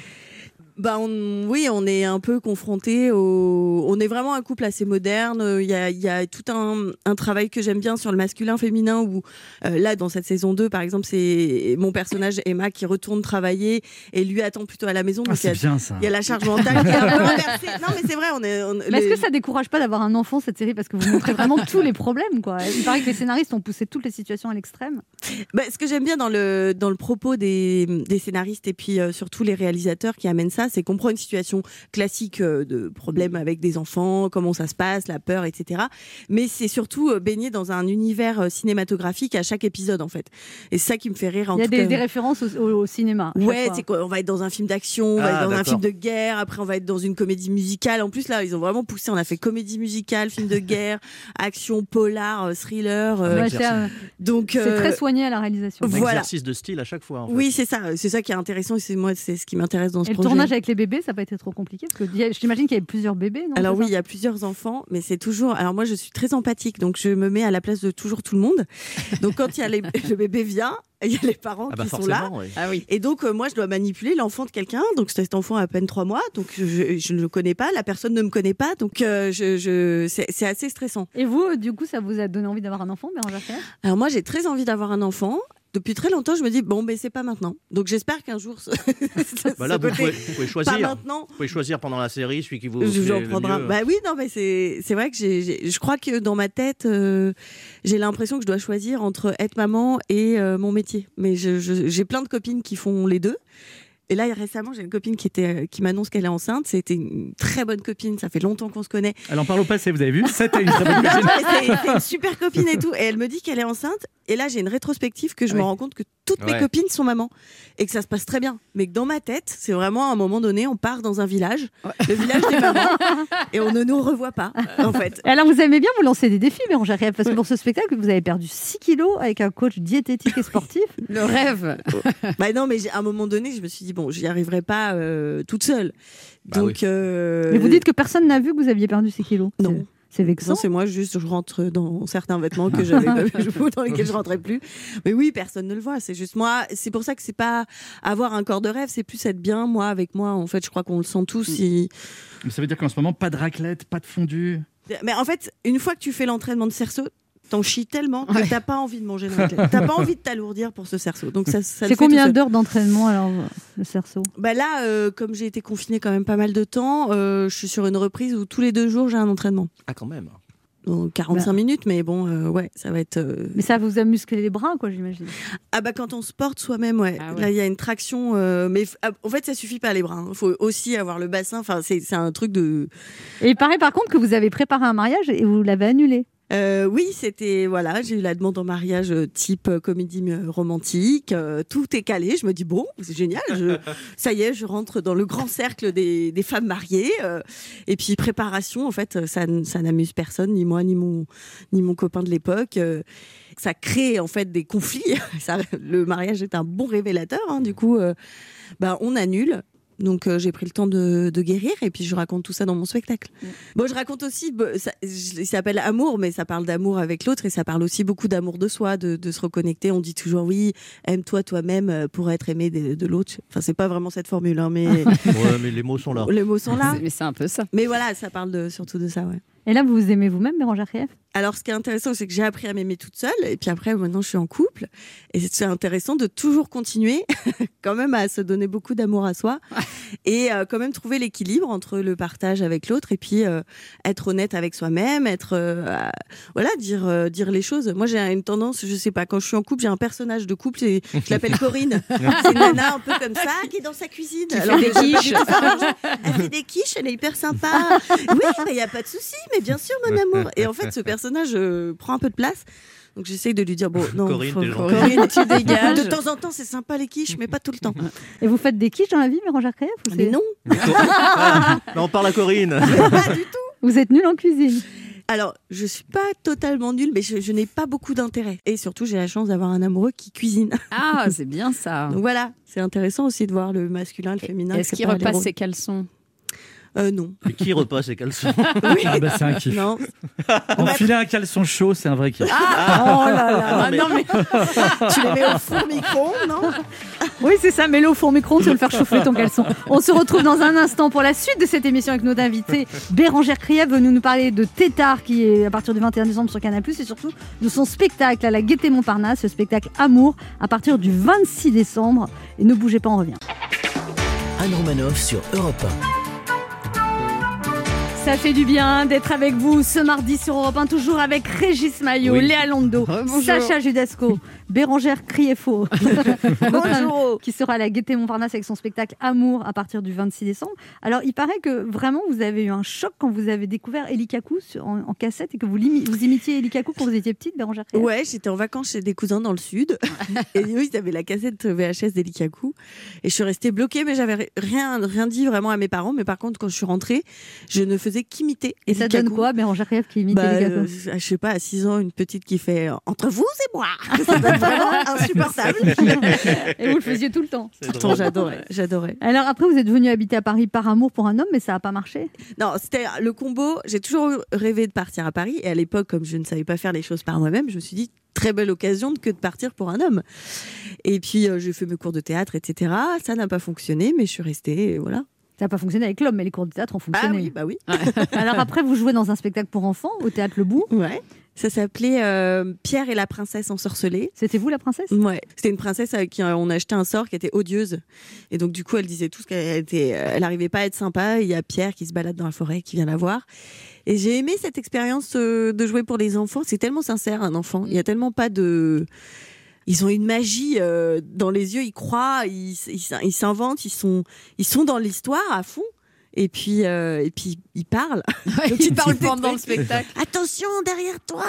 I: Bah on- oui, on est un peu confronté au. On est vraiment un couple assez moderne. Euh, Il y a, il y a tout un, un travail que j'aime bien sur le masculin, féminin, où euh, là, dans cette saison 2, par exemple, c'est mon personnage Emma qui retourne travailler et lui attend plutôt à la maison.
E: Ah,
I: Donc il y
E: c'est
I: a-
E: bien ça.
I: il y a la charge mentale qui est un peu renversée. Non, mais c'est vrai, on est. on-
C: Mais
I: le-
C: est-ce que ça décourage pas d'avoir un enfant cette série parce que vous montrez vraiment tous les problèmes quoi. Il paraît que les scénaristes ont poussé toutes les situations à l'extrême.
I: Bah, ce que j'aime bien dans le, dans le propos des, des scénaristes et puis euh, surtout les réalisateurs qui amènent ça, ça, c'est comprendre une situation classique euh, de problèmes avec des enfants, comment ça se passe, la peur, etc. Mais c'est surtout euh, baigner dans un univers euh, cinématographique à chaque épisode, en fait. Et c'est ça qui me fait rire. En
C: Il y a
I: tout
C: des,
I: cas.
C: des références au, au- au cinéma. à chaque
I: Ouais,
C: fois.
I: c'est quoi On va être dans un film d'action, on
F: Ah,
I: va être dans un
F: d'accord.
I: film de guerre, après on va être dans une comédie musicale. En plus, là, ils ont vraiment poussé. On a fait comédie musicale, film de guerre, action, polar, euh, thriller. euh,
C: Ouais,
F: Avec
C: c'est
F: l'air-
C: euh,
I: donc,
C: c'est
I: euh,
C: très soigné à la réalisation.
I: Voilà.
F: Exercice de style à chaque fois. en fait.
I: oui, c'est ça. C'est ça qui est intéressant. et C'est moi, c'est ce qui m'intéresse dans ce
C: Et le
I: projet.
C: tournage avec les bébés, ça n'a pas été trop compliqué Parce que y a- j'imagine qu'il y avait plusieurs bébés. Non
I: Alors
C: c'est
I: oui,
C: ça
I: il y a plusieurs enfants, mais c'est toujours. Alors moi, je suis très empathique, donc je me mets à la place de toujours tout le monde. Donc quand il y a les... le bébé vient, il y a les parents
F: Ah bah
I: qui sont là.
F: forcément, oui.
I: Ah oui. Et donc, euh, moi, je dois manipuler l'enfant de quelqu'un. Donc, cet enfant a à peine trois mois. Donc, je, je ne le connais pas. La personne ne me connaît pas. Donc, euh, je, je, c'est c'est assez stressant.
C: Et vous, euh, du coup, ça vous a donné envie d'avoir un enfant, Bérangère Ferrer
I: Alors, moi, j'ai très envie d'avoir un enfant. Depuis très longtemps, je me dis, bon, mais c'est pas maintenant. Donc, j'espère qu'un jour, ce, ce
F: Bah là, vous
I: côté-
F: pouvez, vous pouvez
I: pas
F: choisir.
I: maintenant,
F: Vous pouvez choisir pendant la série celui qui vous.
I: je vous
F: plaît
I: en
F: le
I: prendrai un.
F: mieux.
I: Bah oui, non, mais c'est c'est vrai que j'ai- j'ai- je crois que dans ma tête, euh, j'ai l'impression que je dois choisir entre être maman et euh, mon métier. Mais je- je- j'ai plein de copines qui font les deux. Et là, récemment, j'ai une copine qui, était, euh, qui m'annonce qu'elle est enceinte. C'était une très bonne copine. Ça fait longtemps qu'on se connaît.
E: Elle en parle au passé, vous avez vu C'était une très bonne
I: Non,
E: copine.
I: mais c'est, c'est une super copine et tout. Et elle me dit qu'elle est enceinte. Et là, j'ai une rétrospective que je
E: Ah
I: me
E: oui.
I: rends compte que toutes mes
F: Ouais.
I: copines sont mamans. Et que ça se passe très bien. Mais que dans ma tête, c'est vraiment à un moment donné, on part dans un village, le village des mamans, et on ne nous revoit pas, en fait.
C: Et Alors, vous aimez bien vous lancer des défis, Bérangère Ferrer, Parce que pour ce spectacle, vous avez perdu 6 kilos avec un coach diététique et sportif.
D: Le rêve.
I: Bah non, mais j'ai- à un moment donné, je me suis dit, bon, j'y arriverai pas euh, toute seule.
F: Bah
I: Donc. euh,
C: Mais vous dites que personne n'a vu que vous aviez perdu 6 kilos.
I: Non.
C: C'est- C'est vexant.
I: Non, c'est moi, juste je rentre dans certains vêtements que j'avais pas vu, dans lesquels je rentrais plus. Mais oui, personne ne le voit, c'est juste moi. C'est pour ça que c'est pas avoir un corps de rêve, c'est plus être bien, moi, avec moi. En fait, je crois qu'on le sent tous.
C: Mm.
I: il-
E: Mais Ça veut dire qu'en ce moment, pas de raclette, pas de fondue.
I: Mais en fait, une fois que tu fais l'entraînement de cerceau, t'en chies tellement que
D: Ouais.
I: t'as pas envie de manger de raclette. T'as pas envie de t'alourdir pour ce cerceau. Donc ça, ça le
C: C'est
I: fait tout
C: combien
I: seul.
C: d'heures d'entraînement, alors, euh, le cerceau
I: Bah là, euh, comme j'ai été confinée quand même pas mal de temps, euh, je suis sur une reprise où tous les deux jours j'ai un entraînement.
F: Ah, quand même.
I: Donc 45
C: Bah.
I: minutes, mais bon, euh, ouais, ça va être. euh,
C: Mais ça vous a musclé les bras, quoi, j'imagine.
I: Ah bah quand on se porte soi-même, ouais.
D: Ah ouais.
I: Là, il y a une traction, euh, mais f- ah, en fait, ça suffit pas les bras. Il faut aussi avoir le bassin. Enfin, c'est c'est un truc de.
C: Et il paraît par contre que vous avez préparé un mariage et vous l'avez annulé.
I: Euh, oui, c'était voilà, j'ai eu la demande en mariage euh, type euh, comédie euh, romantique. euh, tout est calé. Je me dis bon, c'est génial. je- ça y est, je rentre dans le grand cercle des, des femmes mariées. euh, et puis préparation, en fait, euh, ça, n- ça n'amuse personne, ni moi, ni mon ni mon copain de l'époque. euh, ça crée en fait des conflits. Ça- le mariage est un bon révélateur. hein, du coup, euh, bah, on annule. Donc euh, j'ai pris le temps de, de guérir et puis je raconte tout ça dans mon spectacle.
D: Mm.
I: Bon, je raconte aussi, bah, ça, je- il s'appelle amour, mais ça parle d'amour avec l'autre et ça parle aussi beaucoup d'amour de soi, de, de se reconnecter. On dit toujours oui, aime-toi toi-même euh, pour être aimé de, de l'autre. Enfin, c'est pas vraiment cette formule, hein, mais
F: Ouais, mais les mots sont là.
I: les mots sont là.
D: C'est- Mais c'est un peu ça.
I: Mais voilà, ça parle de, surtout de ça, ouais.
C: Et là, vous vous aimez vous-même, Bérangère Ferrer
I: Alors, ce qui est intéressant, c'est que j'ai appris à m'aimer toute seule, et puis après, maintenant, je suis en couple, et c'est intéressant de toujours continuer, quand même, à se donner beaucoup d'amour à soi, et euh, quand même trouver l'équilibre entre le partage avec l'autre, et puis euh, être honnête avec soi-même, être, euh, à- voilà, dire, euh, dire les choses. Moi, j'ai une tendance, je sais pas, quand je suis en couple, j'ai un personnage de couple, et je l'appelle Corinne. c'est une nana un peu comme ça, qui est dans sa cuisine. Alors,
D: des
I: que je-
D: quiches.
I: elle fait des quiches, elle est hyper sympa. Oui, mais il n'y a pas de souci, mais bien sûr, mon amour. Et en fait, ce personnage euh, prend un peu de place. Donc j'essaye de lui dire, bon, non,
F: Corinne,
I: faut-
F: t'es gentille.
I: Corinne,
D: tu dégages.
I: De temps en temps, c'est sympa les quiches, mais pas tout le temps.
C: Et vous faites des quiches dans la vie, Bérangère Ferrer ou
I: Mais
C: c'est-
I: non,
F: Ah, mais on parle à Corinne.
I: pas du tout.
C: Vous êtes nul en cuisine.
I: Alors, je suis pas totalement nulle, mais je, je n'ai pas beaucoup d'intérêt. Et surtout, j'ai la chance d'avoir un amoureux qui cuisine.
D: Ah, c'est bien ça.
I: Donc voilà, c'est intéressant aussi de voir le masculin, le féminin.
D: Est-ce qu'il
I: séparer les
D: repasse
I: rôles.
D: ses caleçons
I: Euh, non.
F: Mais qui repasse et quels sont
I: Oui.
E: Ah bah c'est un kiff.
I: Non.
E: Enfiler un caleçon chaud, c'est un vrai kiff.
I: Oh là là.
F: Ah, mais-
I: Non, mais... tu les mets au four micro-ondes, non
C: Oui, c'est ça, mets-le au four micro tu vas le faire chauffer ton caleçon. On se retrouve dans un instant pour la suite de cette émission avec nos invités. Bérangère Krief veut nous parler de Tétard qui est à partir du 21 décembre sur Canal+, et surtout de son spectacle à la Gaîté Montparnasse, le spectacle Amour, à partir du 26 décembre. Et ne bougez pas, on revient.
B: Anne Romanoff sur Europe
C: Ça fait du bien d'être avec vous ce mardi sur Europe 1, toujours avec Régis Maillot, Léa Londo,
I: Oh,
C: Sacha Judasco, Bérangère Criefaux, Bonjour. qui sera à la Gaîté Montparnasse avec son spectacle Amour à partir du 26 décembre. Alors, il paraît que vraiment, vous avez eu un choc quand vous avez découvert Elikaku en, en cassette et que vous, l'imi- vous imitiez Elikaku quand vous étiez petite, Bérangère Criefaux.
I: Ouais, j'étais en vacances chez des cousins dans le sud. et eux, ils avaient la cassette VHS d'Elikaku. Et je suis restée bloquée, mais j'avais rien, rien dit vraiment à mes parents. Mais par contre, quand je suis rentrée, je ne faisais qu'imiter.
C: Et ça donne
I: Elikaku.
C: quoi, Bérangère Criefaux qui imite
I: bah,
C: Elikaku
I: euh, Je sais pas, à 6 ans, une petite qui fait euh, Entre vous et moi Ça doit être vraiment insupportable.
C: Et vous le faisiez tout le temps.
I: Pourtant, j'adorais, j'adorais.
C: Alors après, vous êtes venu habiter à Paris par amour pour un homme, mais ça n'a pas marché.
I: Non, c'était le combo. J'ai toujours rêvé de partir à Paris. Et à l'époque, comme je ne savais pas faire les choses par moi-même, je me suis dit très belle occasion de- que de partir pour un homme. Et puis, euh, j'ai fait mes cours de théâtre, etc. Ça n'a pas fonctionné, mais je suis restée. et voilà.
C: Ça n'a pas fonctionné avec l'homme, mais les cours de théâtre ont
I: Ah
C: fonctionné.
I: oui, bah oui.
C: Alors après, vous jouez dans un spectacle pour enfants au théâtre Le Bout.
I: Ouais. Ça s'appelait euh, Pierre et la princesse ensorcelée.
C: C'était vous la princesse
I: Ouais. C'était une princesse à qui euh, on achetait un sort qui était odieuse. Et donc, du coup, elle disait tout ce qu'elle était. euh, Elle n'arrivait pas à être sympa. Il y a Pierre qui se balade dans la forêt, qui vient la voir. Et j'ai aimé cette expérience euh, de jouer pour les enfants. C'est tellement sincère, un enfant. Il y a tellement pas de. Ils ont une magie euh, dans les yeux. Ils croient, ils ils s'in- ils s'inventent, ils sont, ils sont dans l'histoire à fond. Et puis, euh, et puis, ils parlent.
D: Ouais, il parle pendant le spectacle.
I: Attention derrière toi.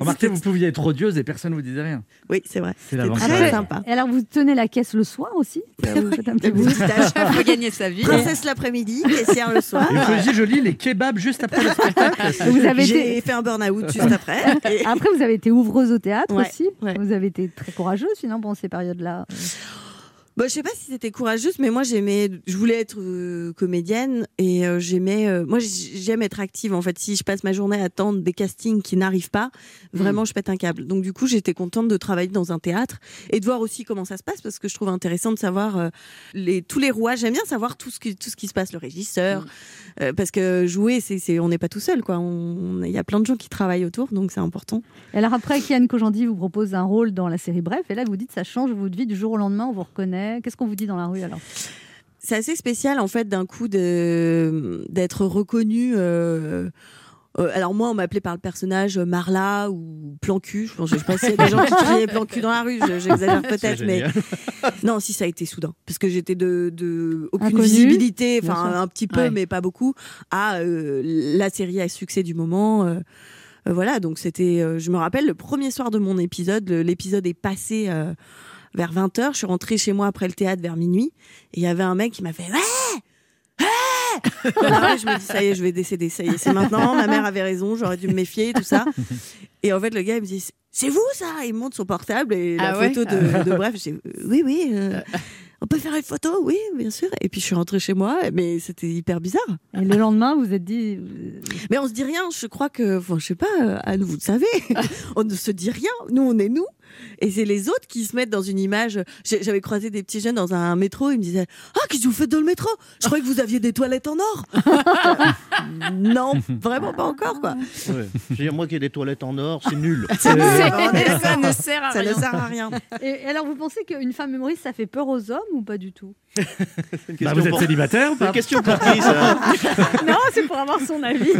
E: Remarquez, vous pouviez être odieuse et personne ne vous disait rien.
I: Oui, c'est vrai.
E: C'est
I: C'était
E: l'avantage.
I: très
C: Après-
I: sympa.
C: Et alors vous tenez la caisse le soir aussi
I: Bah
C: Vous faites un petit bout.
D: Il faut gagner sa vie.
I: Princesse l'après-midi, caissière le soir.
E: Et vous faisiez joli les kebabs juste après le spectacle.
C: Vous avez
I: J'ai
C: été...
I: fait un burn-out juste après. Et-
C: Après, vous avez été ouvreuse au théâtre
I: Ouais,
C: aussi.
I: ouais.
C: Vous avez été très courageuse, sinon, pendant ces périodes-là.
I: Bah, je sais pas si c'était courageux, mais moi j'aimais, je voulais être euh, comédienne et euh, j'aimais, euh, moi j- j'aime être active en fait. Si je passe ma journée à attendre des castings qui n'arrivent pas, vraiment je pète un câble. Donc du coup j'étais contente de travailler dans un théâtre et de voir aussi comment ça se passe parce que je trouve intéressant de savoir euh, les, tous les rouages. J'aime bien savoir tout ce qui tout ce qui se passe, le régisseur, euh, parce que jouer c'est, c'est on n'est pas tout seul quoi. On- Il y a plein de gens qui travaillent autour donc c'est important.
C: Et alors après, Kian Kojandi vous propose un rôle dans la série Bref. Et là, vous dites, ça change votre vie du jour au lendemain, on vous reconnaît. Qu'est-ce qu'on vous dit dans la rue alors
I: c'est assez spécial en fait d'un coup de d'être reconnu. euh, euh, alors moi, on m'appelait par le personnage euh, Marla ou Plan cul. Je pense, je sais pas s'il y a des gens qui criaient Plan cul dans la rue. je- J'exagère peut-être, mais non, si ça a été soudain, parce que j'étais de, de aucune
C: Inconnue.
I: visibilité,
C: Bien
I: enfin
C: sûr.
I: un petit peu,
D: Ouais.
I: mais pas beaucoup, à euh, la série à succès du moment. euh, euh, voilà, donc c'était, euh, je me rappelle, le premier soir de mon épisode, le- l'épisode est passé euh, vers 20h, je suis rentrée chez moi après le théâtre vers minuit, et il y avait un mec qui m'a fait Ouais Ouais Dans la rue, Je me dis, ça y est, je vais décéder, ça y est, c'est maintenant, ma mère avait raison, j'aurais dû me méfier, tout ça. Et en fait, le gars, il me dit, c'est vous ça Il me montre son portable et la
D: Ah ouais
I: photo de, de Bref. J'ai, oui, oui, euh, on peut faire une photo, oui, bien sûr. Et puis je suis rentrée chez moi, mais c'était hyper bizarre.
C: Et le lendemain, vous vous êtes dit, euh,
I: Mais on se dit rien, je crois que, enfin, je sais pas, euh, Anne, vous le savez, on ne se dit rien, nous on est nous. Et c'est les autres qui se mettent dans une image. J'ai- J'avais croisé des petits jeunes dans un métro, ils me disaient Ah, qu'est-ce que vous faites dans le métro Je croyais que vous aviez des toilettes en or.
C: Ah
I: non, vraiment pas encore, quoi.
F: Je veux dire, moi qui ai des toilettes en or, c'est nul. Euh,
D: C'est- Ça ne sert à
I: Ça ne
D: rien.
I: sert à rien.
C: Et alors, vous pensez qu'une femme humoriste, ça fait peur aux hommes ou pas du tout
E: Bah, vous êtes célibataire ou
F: C'est
E: pas
F: une question pour qui, ça
C: Non, c'est pour avoir son avis.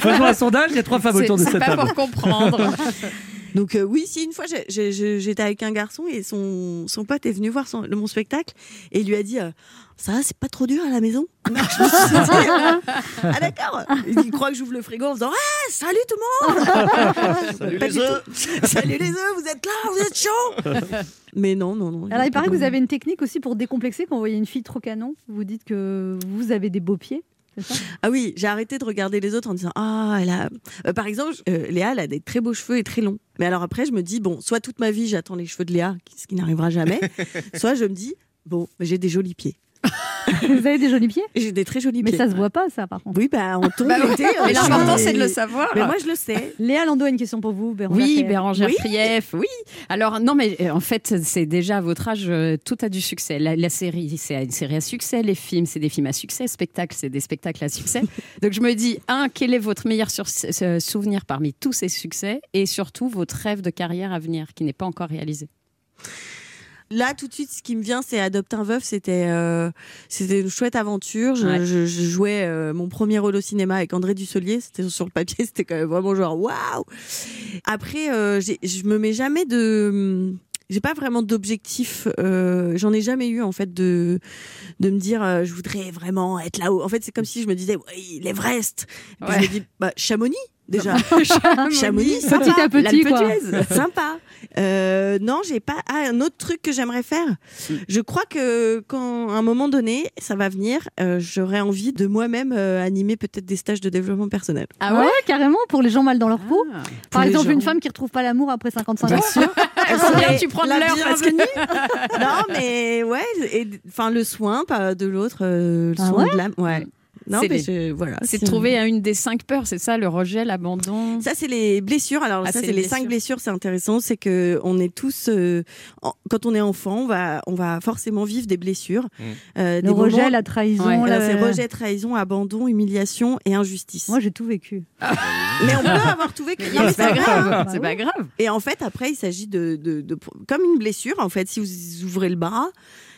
E: Faisons un sondage, il y a trois femmes
D: C'est
E: autour de
D: c'est
E: cette
D: pas
E: table.
D: pour comprendre.
I: Donc euh, oui, si une fois j'ai- j'ai- j'ai- j'étais avec un garçon et son, son pote est venu voir son- le- mon spectacle et il lui a dit euh, ça va, c'est pas trop dur à la maison. Je me suis dit, ah d'accord. Il croit que j'ouvre le frigo en faisant ah salut tout le
F: Salut
I: monde. Pas
F: les
I: du
F: œufs
I: tout. Salut les œufs, vous êtes là, vous êtes chaud. Mais non non non.
C: Alors, il paraît que vous avez une technique aussi pour décomplexer quand vous voyez une fille trop canon. Vous dites que vous avez des beaux pieds. c'est ça
I: Ah oui, j'ai arrêté de regarder les autres en disant Ah, elle a. Euh, par exemple, je- euh, Léa, elle a des très beaux cheveux et très longs. Mais alors après, je me dis Bon, soit toute ma vie, j'attends les cheveux de Léa, ce qui n'arrivera jamais. soit je me dis Bon, mais j'ai des jolis pieds.
C: Vous avez des jolis pieds
I: J'ai des très jolis
C: Mais
I: pieds.
C: ça se voit pas, ça, par contre.
I: Oui, bah, on tombe
D: Bah oui,
I: l'été. on
D: Mais
I: est
D: l'important,
I: chaud.
D: c'est de le savoir.
I: Mais moi, je le sais.
C: Léa Lando a une question pour vous, Bérangère
D: Oui,
C: Ferrer.
D: Bérangère
I: Oui.
D: Krief, oui. Alors, non, mais euh, en fait, c'est déjà à votre âge, euh, tout a du succès. La, la série, c'est une série à succès. Les films, c'est des films à succès. Spectacle, c'est des spectacles à succès. Donc, je me dis, un, quel est votre meilleur sur- euh, souvenir parmi tous ces succès Et surtout, votre rêve de carrière à venir qui n'est pas encore réalisé.
I: Là, tout de suite, ce qui me vient, c'est Adopte un veuf. C'était euh, c'était une chouette aventure. Je,
D: Ouais.
I: je- je jouais euh, mon premier rôle au cinéma avec André Dussolier. C'était sur le papier, c'était quand même vraiment genre waouh. Après, euh, j'ai- je me mets jamais de. mm, J'ai pas vraiment d'objectif. euh, J'en ai jamais eu en fait de de me dire euh, je voudrais vraiment être là-haut. En fait, c'est comme si je me disais ouais, l'Everest. Et Puis je
D: Ouais.
I: me dis bah Chamonix déjà. Chamonix,
C: Petit
I: sympa.
C: à petit,
I: L'Alpe
C: quoi.
I: d'Huez, sympa. Euh, non, j'ai pas. Ah, un autre truc que j'aimerais faire. Je crois que quand à un moment donné, ça va venir, euh, j'aurais envie de moi-même euh, animer peut-être des stages de développement personnel.
D: Ah
C: ouais, carrément, pour les gens mal dans leur peau.
D: Ah.
I: Pour
C: Par
I: les
C: exemple,
I: gens.
C: une femme qui retrouve pas l'amour après 55 ans.
I: Elle
D: Combien
I: serait
D: Ah, tu prends de
I: la
D: l'heure parce que...
I: bienvenue. non, mais ouais, et- enfin le soin pas de l'autre, euh, le
C: Ah
I: soin
C: ouais
I: de l'âme. Ouais. Non,
D: C'est
I: mais
D: les-
I: je- voilà.
D: C'est
I: si
D: de
I: on-
D: trouver une des cinq peurs, c'est ça, le rejet, l'abandon.
I: Ça, c'est les blessures. Alors,
D: Ah,
I: ça,
D: c'est
I: c'est
D: les
I: les cinq blessures. C'est intéressant. C'est que on est tous, euh, en- quand on est enfant, on va, on va forcément vivre des blessures.
F: Mm.
I: Euh,
C: Le
I: des
C: rejet,
I: moments-
C: la trahison.
D: Ouais,
I: Alors,
C: la-
I: c'est rejet, trahison, abandon, humiliation et injustice.
C: Moi, j'ai tout vécu.
I: mais on peut avoir tout vécu. Non, mais
D: C'est pas
I: c'est vrai, hein.
D: grave.
C: Bah
D: C'est pas grave.
I: Et en fait, après, il s'agit de, de- de- Comme une blessure, en fait, si vous ouvrez le bras,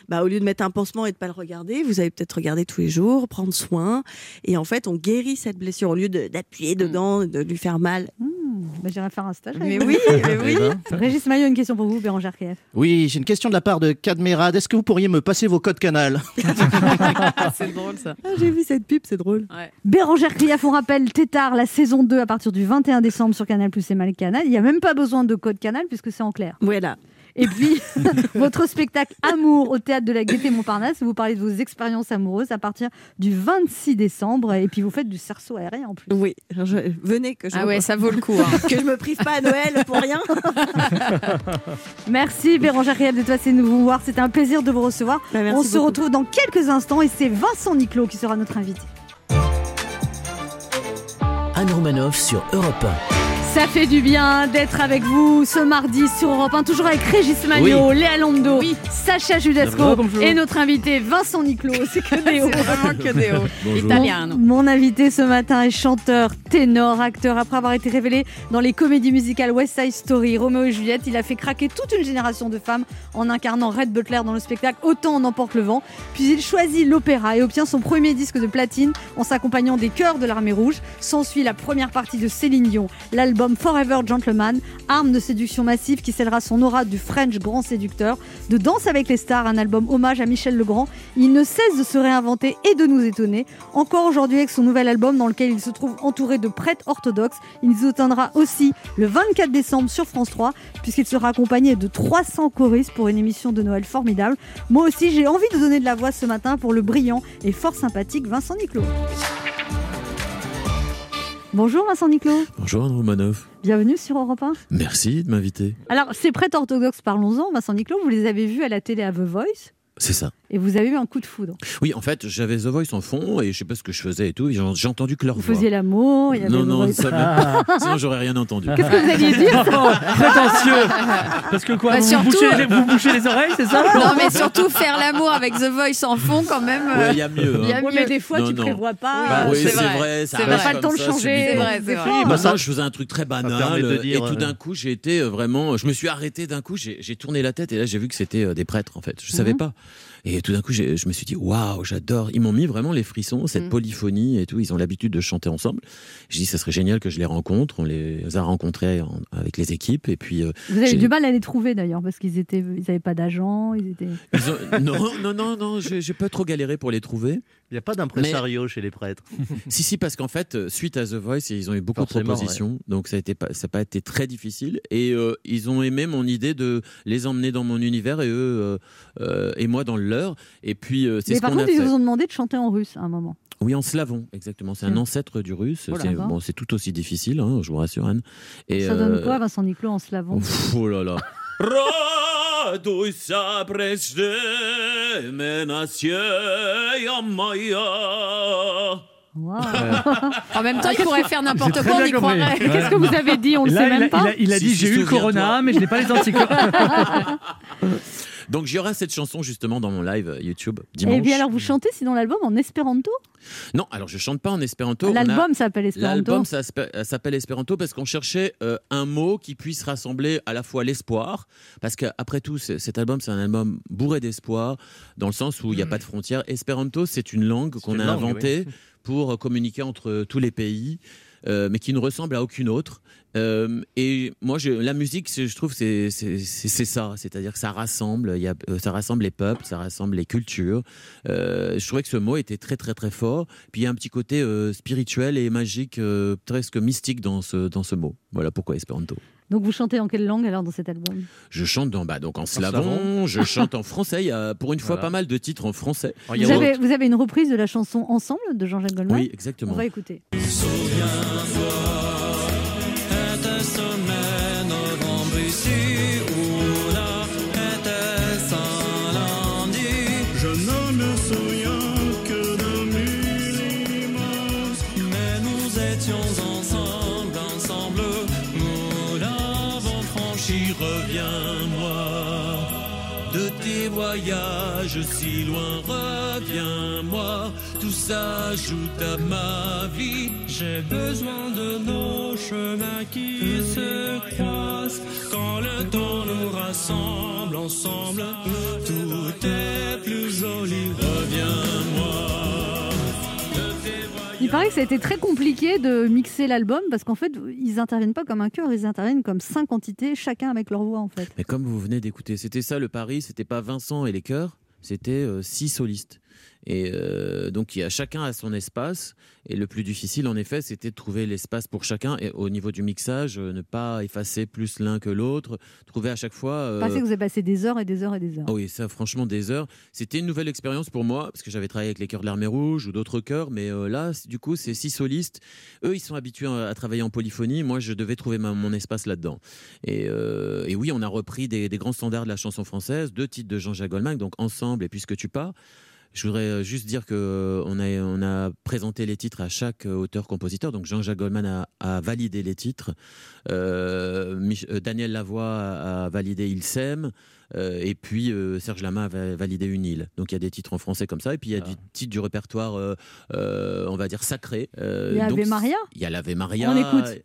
I: bah, au lieu de mettre un pansement et de pas le regarder, vous allez peut-être regarder tous les jours, prendre soin. Et en fait, on guérit cette blessure au lieu de- d'appuyer
D: Mm.
I: dedans, de lui faire mal.
C: Bah, J'irai faire un stage. avec
I: Mais
C: vous.
I: oui, mais Eh oui.
C: Régis Maillot, une question pour vous, Bérangère Kiev.
F: Oui, j'ai une question de la part de Cadmerad. Est-ce que vous pourriez me passer vos codes canal
D: c'est drôle ça.
I: Ah, J'ai vu cette pub, c'est drôle.
C: Bérangère Krief, on rappelle, Tétard, la saison 2 à partir du 21 décembre sur Canal Plus et Mal Canal. Il n'y a même pas besoin de code Canal puisque c'est en clair.
I: Voilà.
C: Et puis, votre spectacle Amour au théâtre de la Gaîté Montparnasse, vous parlez de vos expériences amoureuses à partir du 26 décembre. Et puis, vous faites du cerceau aérien en plus.
I: Oui, je- venez que je,
D: Ah ouais, ça vaut le coup. hein.
I: que je me prive pas à Noël pour rien.
E: hein.
C: Merci Bérangère Krief d'être passée nous voir. C'était un plaisir de vous recevoir.
I: Bah,
C: on se
I: retrouve.
C: retrouve dans quelques instants et c'est Vincent Niclot qui sera notre invité.
B: Anne Romanoff sur Europe
C: Ça fait du bien d'être avec vous ce mardi sur Europe 1, toujours avec Régis Maillot, Léa Londo, Sacha Judasco et notre invité Vincent Niclot. C'est que des hauts.
D: C'est vraiment que des hauts.
C: Mon,
D: Italiano.
C: mon invité ce matin est chanteur, ténor, acteur. Après avoir été révélé dans les comédies musicales West Side Story, Roméo et Juliette, il a fait craquer toute une génération de femmes en incarnant Red Butler dans le spectacle Autant on emporte le vent. Puis il choisit l'opéra et obtient son premier disque de platine en s'accompagnant des chœurs de l'armée rouge. S'ensuit la première partie de Céline Dion, l'album Forever Gentleman, arme de séduction massive qui scellera son aura du French grand séducteur, de Danse avec les stars, un album hommage à Michel Legrand. Il ne cesse de se réinventer et de nous étonner encore aujourd'hui avec son nouvel album dans lequel il se trouve entouré de prêtres orthodoxes. Il nous atteindra aussi le 24 décembre sur France 3 puisqu'il sera accompagné de 300 choristes pour une émission de Noël formidable. Moi aussi, j'ai envie de donner de la voix ce matin pour le brillant et fort sympathique Vincent Niclot. Bonjour Vincent Niclot,
J: Bonjour Anne Romanoff.
C: bienvenue sur Europe 1.
J: Merci de m'inviter.
C: Alors, ces prêtres orthodoxes, parlons-en, Vincent Niclot, vous les avez vus à la télé à The Voice
J: C'est ça.
C: et vous avez eu un coup de foudre.
J: Oui, en fait, j'avais The Voice en fond et je sais pas ce que je faisais et tout. et J'ai j'ai entendu que leur
C: Vous
J: voix.
C: faisiez l'amour, il y avait
J: non,
C: The
J: non,
C: Voice.
J: ça
E: Ah.
J: m'a- sinon j'aurais rien entendu.
C: Qu'est-ce que vous alliez dire
E: Oh, prétentieux Parce que quoi
D: Bah,
E: vous,
D: surtout-
E: bouchez les, vous bouchez les oreilles, c'est ça
D: Non, mais surtout faire l'amour avec The Voice en fond, quand même.
J: Il
D: euh,
J: y a mieux. hein.
D: il y a
C: Ouais,
D: mieux.
C: mais des fois,
J: Non,
C: tu
J: non.
C: prévois pas.
D: Bah,
J: oui,
D: c'est
J: c'est
D: vrai,
J: vrai, ça
D: c'est
J: arrive
D: vrai. Pas
C: le temps
J: comme
C: de
J: ça,
C: changer.
D: C'est
J: subitement.
D: vrai, c'est
C: Des
D: vrai.
C: fois,
J: Bah,
C: hein.
J: ça, je faisais un truc très banal
F: permet de dire,
J: et tout
F: euh,
J: d'un coup j'ai été euh, vraiment, je me suis arrêté d'un coup, j'ai j'ai tourné la tête et là j'ai vu que c'était euh, des prêtres en fait, je savais pas. Et tout d'un coup j'ai- je me suis dit waouh j'adore, ils m'ont mis vraiment les frissons, cette
D: Mhm.
J: polyphonie et tout, ils ont l'habitude de chanter ensemble. J'ai dit ça serait génial que je les rencontre, on les a rencontrés en- avec les équipes et puis euh,
C: Vous avez eu
J: J'ai-
C: du mal à les trouver d'ailleurs parce qu'ils étaient, ils n'avaient pas d'agent, ils étaient.
J: ils ont- Euh, non non non non j'ai j'ai pas trop galéré pour les trouver.
F: Il n'y a pas d'impresario chez les prêtres.
J: Si, si, parce qu'en fait, euh, suite à The Voice, ils ont eu beaucoup de
F: Forcément,
J: propositions, donc ça n'a pas, ça a pas été très difficile. Et euh, ils ont aimé mon idée de les emmener dans mon univers et eux euh, euh, et moi dans le leur. Et puis euh, c'est
C: Mais
J: ce
C: par
J: qu'on a
C: contre, ils
J: fait.
C: vous ont demandé de chanter en russe à un moment.
J: Oui, en slavon, exactement. C'est un
C: Mm.
J: ancêtre du russe.
C: Oh là
J: c'est
C: là.
J: bon, c'est tout aussi difficile, hein, je vous rassure Anne. Et,
C: Ça donne
J: euh,
C: quoi, Vincent Niclot, en slavon
J: Ouf, Oh là là. Радуйся, преждемена сея моя.
C: Waouh.
D: En même
E: Ah,
D: temps, il pourrait faire n'importe
E: J'ai
D: quoi, on
E: très
D: y
E: bien compris.
D: croirait.
E: Ouais.
C: Qu'est-ce que vous avez dit On ne
E: Là,
C: sait
E: il a,
C: même pas.
E: il a- il a
J: Si,
E: dit
J: si,
E: j'ai eu le
J: souviens-toi.
E: corona, mais je n'ai pas les anticorps.
J: Donc il y aura cette chanson justement dans mon live YouTube dimanche.
C: Et Eh bien alors, vous chantez sinon l'album en espéranto
J: Non, alors je chante pas en espéranto. on a-
C: L'album s'appelle espéranto.
J: L'album ça s'appelle- euh, s'appelle Espéranto parce qu'on cherchait euh, un mot qui puisse rassembler à la fois l'espoir, parce qu'après tout, c'est- cet album, c'est un album bourré d'espoir, dans le sens où il n'y a
C: Hmm.
J: pas de frontières. Espéranto, c'est une langue qu'on
K: une
J: a
K: langue,
J: inventée pour euh, communiquer entre euh, tous les pays. euh, mais qui ne ressemble à aucune autre. Euh, et moi, je- la musique, c'est- je trouve, c'est c'est- c'est- c'est ça. C'est-à-dire que ça rassemble, il y a, euh, ça rassemble les peuples, ça rassemble les cultures. Euh, je trouvais que ce mot était très, très, très fort. Puis il y a un petit côté euh, spirituel et magique, euh, presque mystique dans ce, dans ce mot. Voilà pourquoi Esperanto.
C: Donc vous chantez en quelle langue alors dans cet album
J: Je chante dans, bah, donc en slavon,
K: slavon.
J: je chante en français. Il y a pour une fois
K: Voilà.
J: pas mal de titres en français.
K: Il y a
C: vous avez, vous avez une reprise de la chanson Ensemble de Jean-Jacques Goldman
J: Oui,
C: On
J: exactement.
C: va écouter.
L: De tes voyages si loin, reviens-moi. Tout s'ajoute à ma vie. J'ai besoin de nos chemins qui se croisent. Quand le temps nous rassemble ensemble, tout est plus joli. Reviens-moi.
C: Il paraît que ça a été très compliqué de mixer l'album parce qu'en fait, ils interviennent pas comme un chœur, ils interviennent comme cinq entités, chacun avec leur voix en fait.
J: Mais comme vous venez d'écouter, c'était ça le pari, c'était pas Vincent et les chœurs, c'était euh, six solistes. Et euh, donc il y a chacun à son espace. Et le plus difficile, en effet, c'était de trouver l'espace pour chacun. Et au niveau du mixage, euh, ne pas effacer plus l'un que l'autre, trouver à chaque fois. euh,
C: Parce que vous avez passé des heures et des heures et des heures.
J: ah oui, ça, franchement, des heures. C'était une nouvelle expérience pour moi, parce que j'avais travaillé avec les chœurs de l'Armée Rouge ou d'autres chœurs, mais euh, là, c'est- du coup, c'est six solistes. Eux, ils sont habitués euh, à, à travailler en polyphonie. Moi, je devais trouver ma- mon espace là-dedans. Et, euh, et oui, on a repris des, des grands standards de la chanson française, deux titres de Jean-Jacques Goldman, donc Ensemble et Puisque tu pars. Je voudrais euh, juste dire que euh, on a, on a présenté les titres à chaque euh, auteur-compositeur. Donc Jean-Jacques Goldman a, a validé les titres. Euh, Mich- euh, Daniel Lavoie a, a validé Il s'aime. Euh, et puis euh, Serge Lama a va- validé Une île. Donc il y a des titres en français comme ça. Et puis il y a du titre du répertoire, euh, euh, on va dire, sacré. Euh,
C: Il y a
J: donc,
C: Ave Maria
J: Il y a l'Ave Maria.
C: On écoute.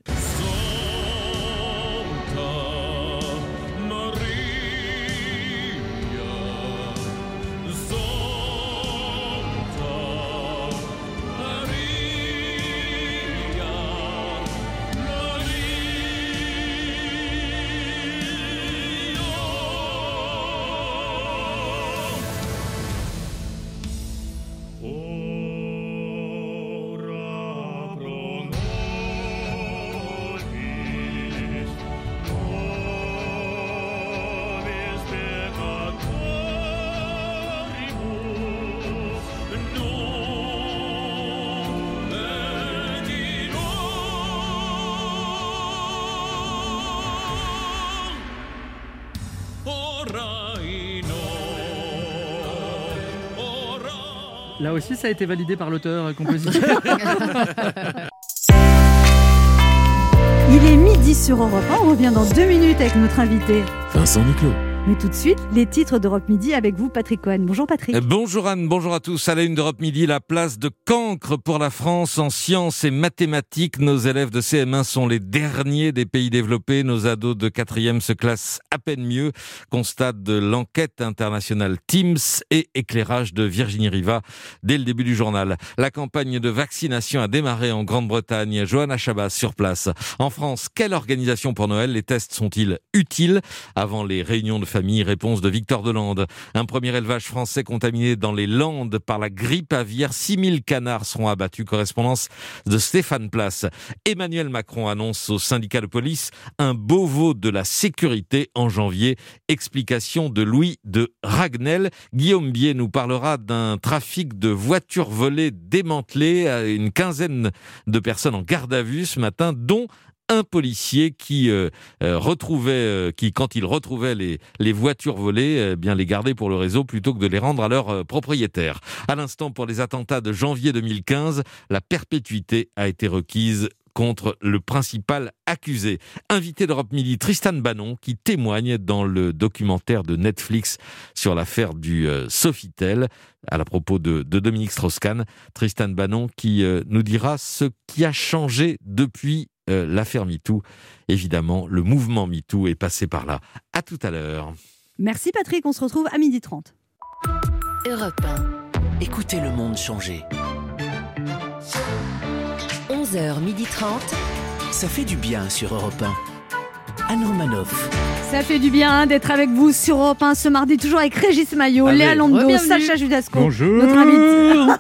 E: Là aussi, ça a été validé par euh, l'auteur-compositeur.
C: Il est midi sur Europe 1, on revient dans deux minutes avec notre invité.
J: Vincent Niclot.
C: Mais tout de suite, les titres d'Europe Midi avec vous, Patrick Cohen. Bonjour Patrick.
M: Euh, Bonjour Anne, bonjour à tous. À la une d'Europe Midi, la place de cancre pour la France en sciences et mathématiques. Nos élèves de CM1 sont les derniers des pays développés. Nos ados de 4e se classent à peine mieux. Constat de l'enquête internationale Teams et éclairage de Virginie Riva dès le début du journal. La campagne de vaccination a démarré en Grande-Bretagne. Johanna Chabas sur place. En France, quelle organisation pour Noël Les tests sont-ils utiles Avant les réunions de famille, réponse de Victor Delande. Un premier élevage français contaminé dans les Landes par la grippe aviaire. 6000 canards seront abattus. Correspondance de Stéphane Place. Emmanuel Macron annonce au syndicat de police un Beauvau de la sécurité en janvier. Explication de Louis de Ragnel. Guillaume Bier nous parlera d'un trafic de voitures volées démantelé à une quinzaine de personnes en garde à vue ce matin, dont un policier qui euh, euh, retrouvait, euh, qui quand il retrouvait les, les voitures volées, euh, bien les gardait pour le réseau plutôt que de les rendre à leurs euh, propriétaires. À l'instant, pour les attentats de janvier 2015, la perpétuité a été requise contre le principal accusé. Invité d'Europe Midi, Tristan Bannon, qui témoigne dans le documentaire de Netflix sur l'affaire du euh, Sofitel, à la propos de, de Dominique Strauss-Kahn. Tristan Bannon qui euh, nous dira ce qui a changé depuis euh, l'affaire MeToo. Évidemment, le mouvement MeToo est passé par là. À tout à l'heure.
C: Merci Patrick, on se retrouve à 12h30.
B: Europe 1. Écoutez le monde changer.
N: 11h30.
B: Ça fait du bien sur Europe 1. Anne Romanoff.
C: Ça fait du bien hein, d'être avec vous sur Europe 1 ce mardi, toujours avec Régis Maillot,
A: Allez,
C: Léa Lando,
A: re-bienvenue.
C: Sacha Judasco,
A: Bonjour.
C: notre invité.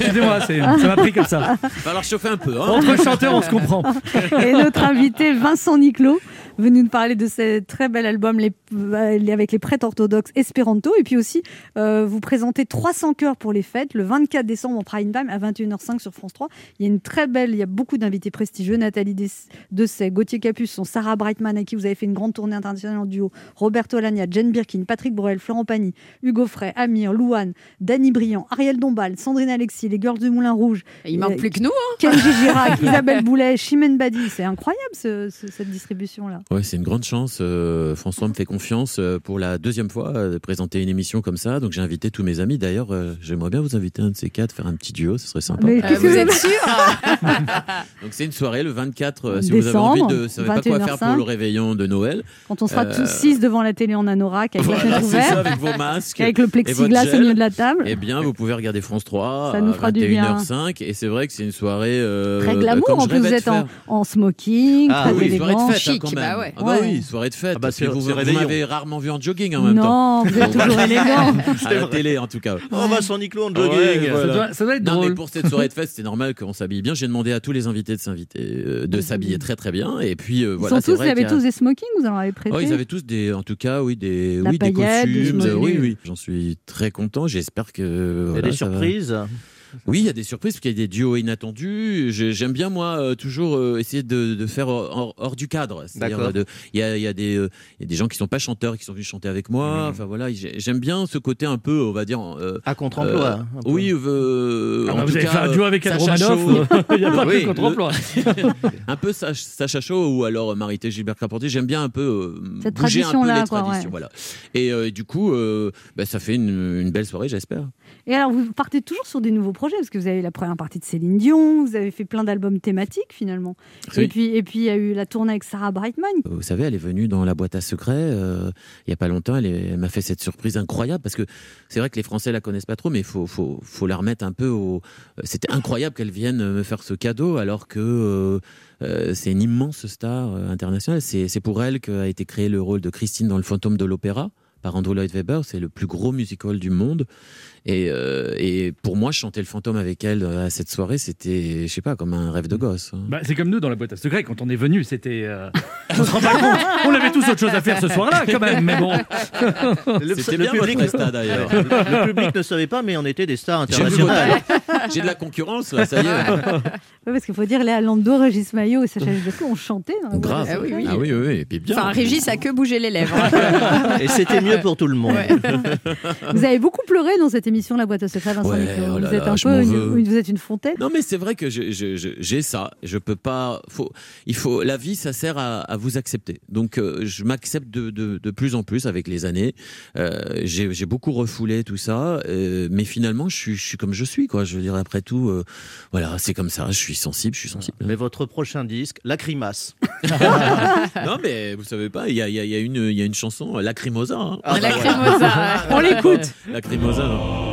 A: Excusez-moi, c'est- ça m'a pris comme ça.
J: Va falloir chauffer un peu. hein.
A: Entre chanteurs, on se comprend.
C: Et notre invité Vincent Niclot, venu nous parler de ce très bel album les- euh, avec les prêtres orthodoxes Esperanto. Et puis aussi, euh, vous présentez 300 cœurs pour les fêtes le 24 décembre en prime time à 21h05 sur France 3. Il y a une très belle, il y a beaucoup d'invités prestigieux Nathalie Dess- Dessay, Gauthier Capuçon, Sarah Brightman, à qui vous avez fait une grande tournée internationale en duo, Roberto Alagna, Jane Birkin, Patrick Bruel, Florent Pagny, Hugo Frey, Amir, Louane, Dany Briand, Ariel Dombal, Sandrine Alexis, les Girls du Moulin Rouge.
D: Il manque
C: Euh,
D: plus que nous, hein.
C: Kenji Girac, Isabelle Boulet, Chimène Badi. C'est incroyable ce- ce- cette distribution-là.
J: Ouais, c'est une grande chance. Euh, François me fait confiance euh, pour la deuxième fois euh, de présenter une émission comme ça. Donc j'ai invité tous mes amis. D'ailleurs, euh, j'aimerais bien vous inviter un de ces quatre, faire un petit duo, ce serait sympa.
C: Mais qu'est-ce que Euh, vous êtes
J: Donc c'est une soirée le 24. euh, si
C: Décembre,
J: vous avez envie de, savez pas quoi faire pour
C: 21h05.
J: le réveillon de Noël.
C: Quand on sera
J: Euh,
C: tous six devant la télé en anorak, avec la
J: Voilà,
C: fenêtre
J: c'est ça,
C: ouverte,
J: avec vos euh, masques.
C: avec le
J: et votre
C: plexiglas au
J: gel.
C: milieu de la table.
J: Eh bien, vous pouvez regarder France 3
C: Ça nous fera
J: à
C: du bien.
J: 21h05 et c'est vrai que c'est une soirée euh,
C: Très
J: bah,
C: glamour,
J: comme
C: en
J: je
C: plus,
J: rêvais
C: vous
J: de
C: êtes en,
J: faire.
C: en smoking,
J: Ah
C: très
J: oui,
C: élégant.
J: soirée de fête, hein, quand même. Ah bah oui, soirée de fête. parce que
F: c'est-
J: vous,
F: c'est
J: vous
F: réveillon.
J: m'avez rarement vu en jogging en même
C: Non,
J: temps.
C: vous êtes
J: Donc,
C: toujours élégant. Oh,
J: À la télé, en tout cas.
F: On va son Niclo en jogging.
J: Ouais, voilà.
F: voilà.
J: non, mais pour cette soirée de fête, c'est normal qu'on s'habille bien. J'ai demandé à tous les invités de s'inviter, euh, de s'habiller très très bien. Et puis euh,
C: Ils
J: voilà,
C: sont
J: c'est
C: tous,
J: vrai
C: ils avaient
J: qu'il y a-
C: tous des smokings, vous en avez prêté
J: Oh, ils avaient tous des, en tout cas, oui, des,
C: La
J: oui, des
C: paillette, des
J: costumes. euh, oui,
C: smoking.
J: oui. J'en suis très content. J'espère que.
F: Il y a des surprises.
J: Oui, il y a des surprises, parce qu'il y a des duos inattendus. J'ai- J'aime bien, moi, euh, toujours euh, essayer de, de faire hors, hors du cadre. C'est-à-dire,
F: D'accord.
J: euh, de- Il y a, il y a des, euh, il y a des gens qui sont pas chanteurs, qui sont venus chanter avec
A: Mmh.
J: moi. Enfin, voilà, j'ai- j'aime bien ce côté un peu, on va dire. euh,
F: à contre-emploi, un peu.
J: oui, euh,
A: Ah
J: en
A: bah,
J: tout
A: vous avez
J: cas,
A: fait un duo avec Anne
J: Sacha
A: Romanoff,
J: Chaud.
A: il y a pas que
J: Oui,
A: contre-emploi.
J: le- un peu Sach- Sacha Chaud ou alors Marité Gilbert Carpentier. J'aime bien un peu euh,
C: Cette
J: bouger un peu
C: tradition-là,
J: les
C: quoi, ouais.
J: traditions. Voilà. Et euh, du coup, euh, bah, ça fait une- une belle soirée, j'espère.
C: Et alors, vous partez toujours sur des nouveaux projets, parce que vous avez eu la première partie de Céline Dion, vous avez fait plein d'albums thématiques finalement.
J: Oui.
C: Et puis, et puis, il y a eu la tournée avec Sarah Brightman.
J: Vous savez, elle est venue dans la boîte à secrets euh, il y a pas longtemps. Elle, est- elle m'a fait cette surprise incroyable parce que c'est vrai que les Français la connaissent pas trop, mais faut faut faut la remettre un peu au. C'était incroyable qu'elle vienne me faire ce cadeau alors que euh, euh, c'est une immense star euh, internationale. C'est c'est pour elle qu'a été créé le rôle de Christine dans Le Fantôme de l'Opéra par Andrew Lloyd Webber. C'est le plus gros musical du monde. Et, euh, et pour moi, chanter le fantôme avec elle euh, à cette soirée, c'était, je sais pas, comme un rêve de gosse. hein.
A: Bah, c'est comme nous dans la boîte à secrets, quand on est venu, c'était. euh, On se rend pas compte, on avait tous autre chose à faire ce soir-là quand même, mais bon.
F: Le,
J: C'était
F: le
J: bien votre
F: public,
J: Insta, d'ailleurs.
F: Le, le public ne savait pas, mais on était des stars
J: J'ai du
F: internationales.
J: retard. J'ai de la concurrence là, ça y est.
C: Ouais, parce qu'il faut dire, Léa Lando, Régis Maillot et Sacha Judasco ont chanté. dans la boîte à
J: Ah oui,
C: secrets.
J: oui. Ah oui, oui, et puis bien.
D: Enfin, Régis a que bougé les lèvres.
F: Et c'était mieux pour tout le monde.
C: Vous avez beaucoup pleuré dans cette émission, La boîte aux secrets, Vincent
J: Ouais,
C: Niclot.
J: oh là
C: vous êtes
J: là,
C: un
J: je
C: peu
J: m'en
C: une,
J: veux.
C: une- vous êtes une fontaine.
J: Non mais c'est vrai que je- je- je- j'ai ça, je peux pas. Faut, il faut la vie, ça sert à, à vous accepter. Donc euh, je m'accepte de, de, de plus en plus avec les années. Euh, j'ai j'ai beaucoup refoulé tout ça, euh, mais finalement je suis, je suis comme je suis quoi. Je veux dire après tout, euh, voilà, c'est comme ça. Je suis sensible, je suis sensible.
F: Mais votre prochain disque, La Crimace.
J: non mais vous savez pas, il y a, il y a- il y a une il y a une chanson, Lacrimosa. hein.
F: Ah, bah, voilà.
D: On l'écoute.
J: Lacrimosa. hein. non.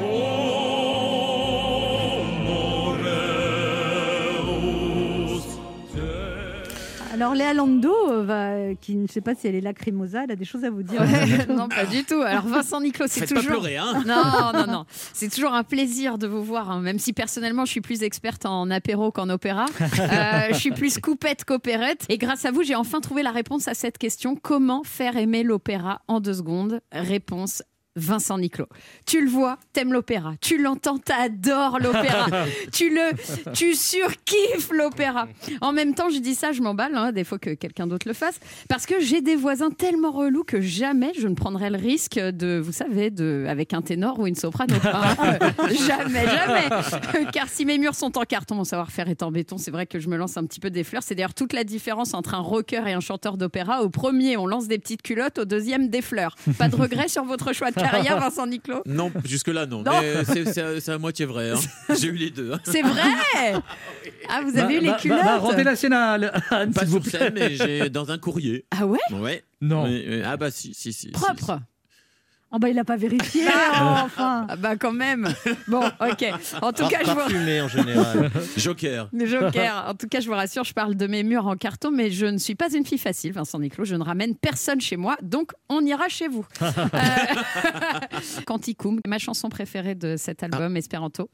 L: Oh
C: Alors Léa Lando, euh, va, euh, qui ne sais pas si elle est lacrymosa, elle a des choses à vous dire.
D: non, pas du tout. Alors Vincent Niclot, c'est
J: Faites pas
D: toujours.
J: pleurer, hein.
D: Non, non, non. C'est toujours un plaisir de vous voir, hein, même si personnellement je suis plus experte en apéro qu'en opéra. Euh, je suis plus coupette qu'opérette. Et grâce à vous, j'ai enfin trouvé la réponse à cette question comment faire aimer l'opéra en deux secondes Réponse. Vincent Niclot. Tu le vois, t'aimes l'opéra. Tu l'entends, t'adores l'opéra. tu le, tu surkiffes l'opéra. En même temps, je dis ça, je m'emballe, hein, des fois que quelqu'un d'autre le fasse, parce que j'ai des voisins tellement relous que jamais je ne prendrais le risque de, vous savez, de, avec un ténor ou une soprano. Hein, euh, jamais, jamais. Car si mes murs sont en carton, mon savoir-faire est en béton. C'est vrai que je me lance un petit peu des fleurs. C'est d'ailleurs toute la différence entre un rocker et un chanteur d'opéra. Au premier, on lance des petites culottes. Au deuxième, des fleurs. Pas de regret sur votre choix de carrière, Vincent Niclot
J: Non, jusque-là, non.
D: Non.
J: Mais c'est- c'est à- c'est à moitié vrai. hein. J'ai eu les deux. hein.
D: C'est vrai Ah, vous avez eu les culottes
A: rendez nationale, Anne,
J: Pas
A: s'il vous
J: sur
A: plaît.
J: scène, mais j'ai dans un courrier.
D: Ah ouais
J: Ouais.
A: Non.
J: Oui, oui. Ah bah si, si, si.
D: Propre
C: Oh bah il n'a pas vérifié,
D: Ah.
C: enfin.
D: Ah bah quand même. Bon, ok. En tout cas, je vous...
F: Parfumé en général.
J: Joker. Ah,
D: Mais Joker, en tout cas, je vous rassure, je parle de mes murs en carton, mais je ne suis pas une fille facile, Vincent Niclot. Je ne ramène personne chez moi, donc on ira chez vous. Euh, Canticum, ma chanson préférée de cet album, Esperanto.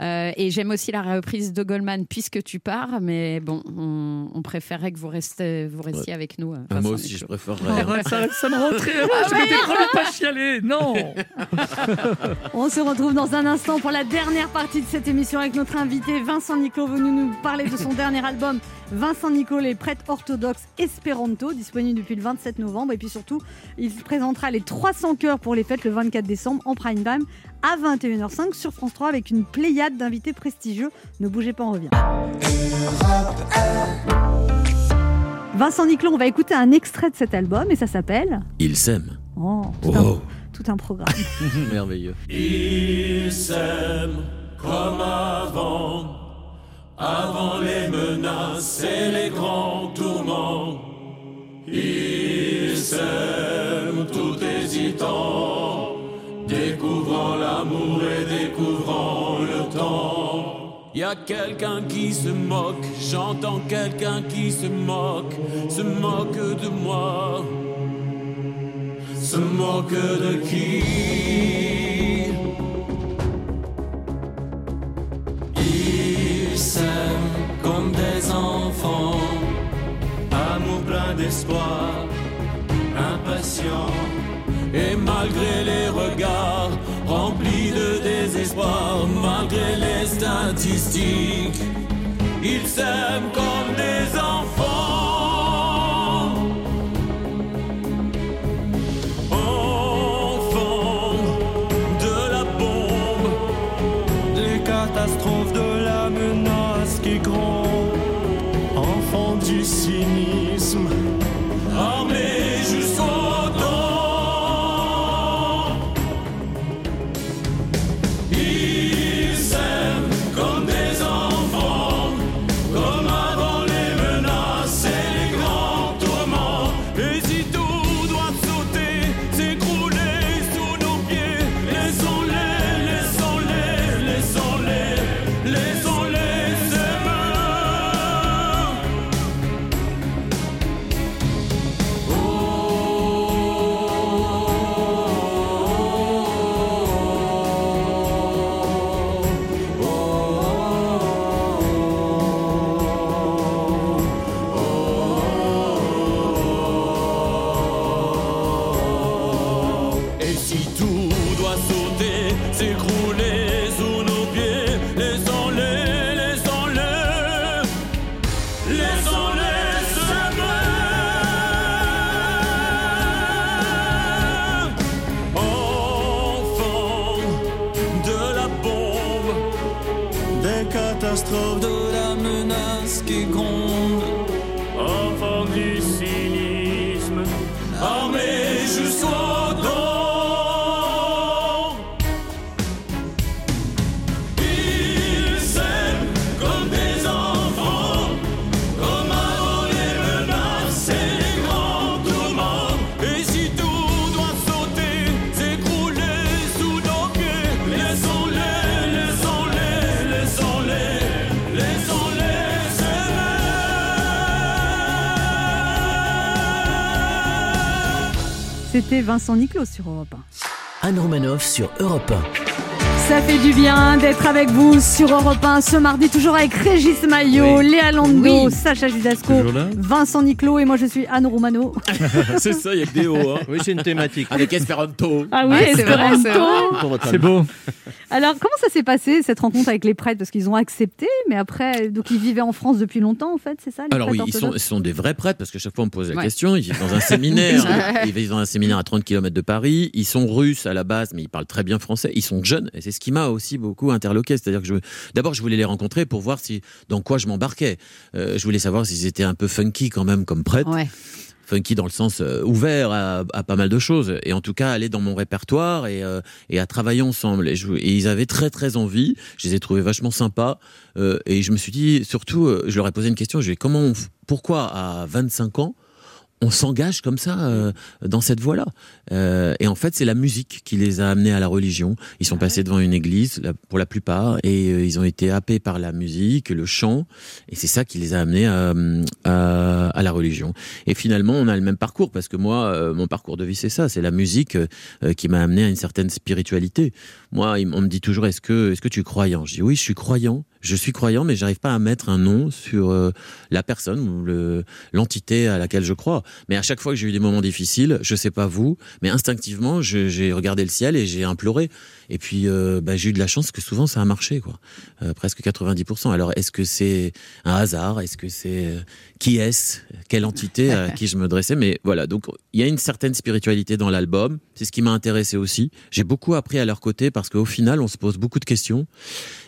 D: Euh, et j'aime aussi la reprise de Goldman, puisque tu pars, mais bon, on, on préférerait que vous restiez, vous restiez
J: Ouais.
D: avec nous. euh,
J: Ah,
D: Vincent Oh,
J: moi aussi,
D: Niclot.
J: je préférerais.
A: Ouais, ça, ça me rentrait.
D: Ah
A: je m'étais promis de Oh, pas chialer. Non.
C: On se retrouve dans un instant pour la dernière partie de cette émission avec notre invité Vincent Nicot venu nous parler de son dernier album Vincent Nicot, les prêtres orthodoxes Esperanto, disponible depuis le 27 novembre. Et puis surtout, il présentera les 300 cœurs pour les fêtes le 24 décembre en prime time à 21h05 sur France 3 avec une pléiade d'invités prestigieux. Ne bougez pas, on revient. Vincent Niclot, on va écouter un extrait de cet album et ça s'appelle...
J: Il s'aime.
C: Oh, tout, un-
J: Wow.
C: tout un programme.
J: Merveilleux.
L: Ils s'aiment comme avant, avant les menaces et les grands tourments. Ils s'aiment tout hésitant, découvrant l'amour et découvrant le temps. Y a quelqu'un qui se moque, j'entends quelqu'un qui se moque, se moque de moi, se moque de qui Ils s'aiment comme des enfants, amour plein d'espoir, impatient. Et malgré les regards remplis de désespoir, malgré les statistiques, ils s'aiment comme des enfants. Enfants de la bombe, les catastrophes de la menace qui gronde, enfants du cynisme, armés jusqu'aux dents. Ils s'aiment comme des enfants, comme avant les menaces et les grands tourments. Et si tout doit sauter, s'écrouler sous nos pieds, laissons-les, laissons-les, laissons-les, laissons-les s'aimer. Et si tout doit sauter, s'écrouler sous nos pieds, laissons-les, laissons-les, laissons-les s'aimer. Enfants de la bombe, des catastrophes, de la menace qui gronde, enfants du cynisme, armés jusqu'aux dents. Ils s'aiment comme des enfants, comme avant les menaces et les grands tourments. Et si tout doit sauter, s'écrouler sous nos pieds, laissons-les, laissons-les, laissons-les, laissons-les.
C: C'était Vincent Niclot sur Europe 1.
B: Anne Romanoff sur Europe 1.
C: Ça fait du bien d'être avec vous sur Europe 1 ce mardi, toujours avec Régis Maillot,
J: Oui.
C: Léa Lando,
J: Oui.
C: Sacha Judasco,
J: Toujours là.
C: Vincent Niclot et moi je suis Anne Romano.
J: c'est ça, il y a que des hauts. Oui, c'est une thématique. Avec Esperanto.
C: Ah oui, Ah, c'est vrai, Esperanto. c'est vrai.
J: Pour votre
A: C'est beau.
C: Alors comment ça s'est passé cette rencontre avec les prêtres Parce qu'ils ont accepté, mais après, donc ils vivaient en France depuis longtemps en fait, c'est ça les
J: Alors oui,
C: prêtres
J: ils sont,
C: orthodoxes
J: ce sont des vrais prêtres parce que chaque fois on me pose la
C: Ouais.
J: question. Ils vivent dans un séminaire.
C: Ouais.
J: ils vivent dans un séminaire à 30 km de Paris. Ils sont russes à la base, mais ils parlent très bien français. Ils sont jeunes et c'est ce qui m'a aussi beaucoup interloqué. C'est-à-dire que je, d'abord je voulais les rencontrer pour voir si dans quoi je m'embarquais. Euh, je voulais savoir s'ils étaient un peu funky quand même comme prêtres. Funky dans le sens euh, ouvert à, à pas mal de choses et en tout cas aller dans mon répertoire et, euh, et à travailler ensemble et, je- et ils avaient très très envie je les ai trouvés vachement sympas euh, et je me suis dit surtout euh, je leur ai posé une question je lui ai dit, comment on f- pourquoi à 25 ans on s'engage comme ça euh, dans cette voie-là. Euh, et en fait, c'est la musique qui les a amenés à la religion. Ils sont passés devant une église, la- pour la plupart, et euh, ils ont été happés par la musique, le chant, et c'est ça qui les a amenés à, à- à la religion. Et finalement, on a le même parcours, parce que moi, euh, mon parcours de vie, c'est ça, c'est la musique euh, qui m'a amené à une certaine spiritualité. Moi, il- on me dit toujours, est-ce que, est-ce que tu es croyant Je dis, oui, je suis croyant, je suis croyant, mais j'arrive pas à mettre un nom sur euh, la personne ou le- l'entité à laquelle je crois. Mais à chaque fois que j'ai eu des moments difficiles, je sais pas vous, mais instinctivement, je- j'ai regardé le ciel et j'ai imploré. Et puis, euh, bah, j'ai eu de la chance que souvent ça a marché, quoi. Euh, presque 90%. Alors, est-ce que c'est un hasard Est-ce que c'est euh, qui est-ce Quelle entité euh, à qui je me dressais Mais voilà, donc il y a une certaine spiritualité dans l'album. C'est ce qui m'a intéressé aussi. J'ai beaucoup appris à leur côté parce qu'au final, on se pose beaucoup de questions.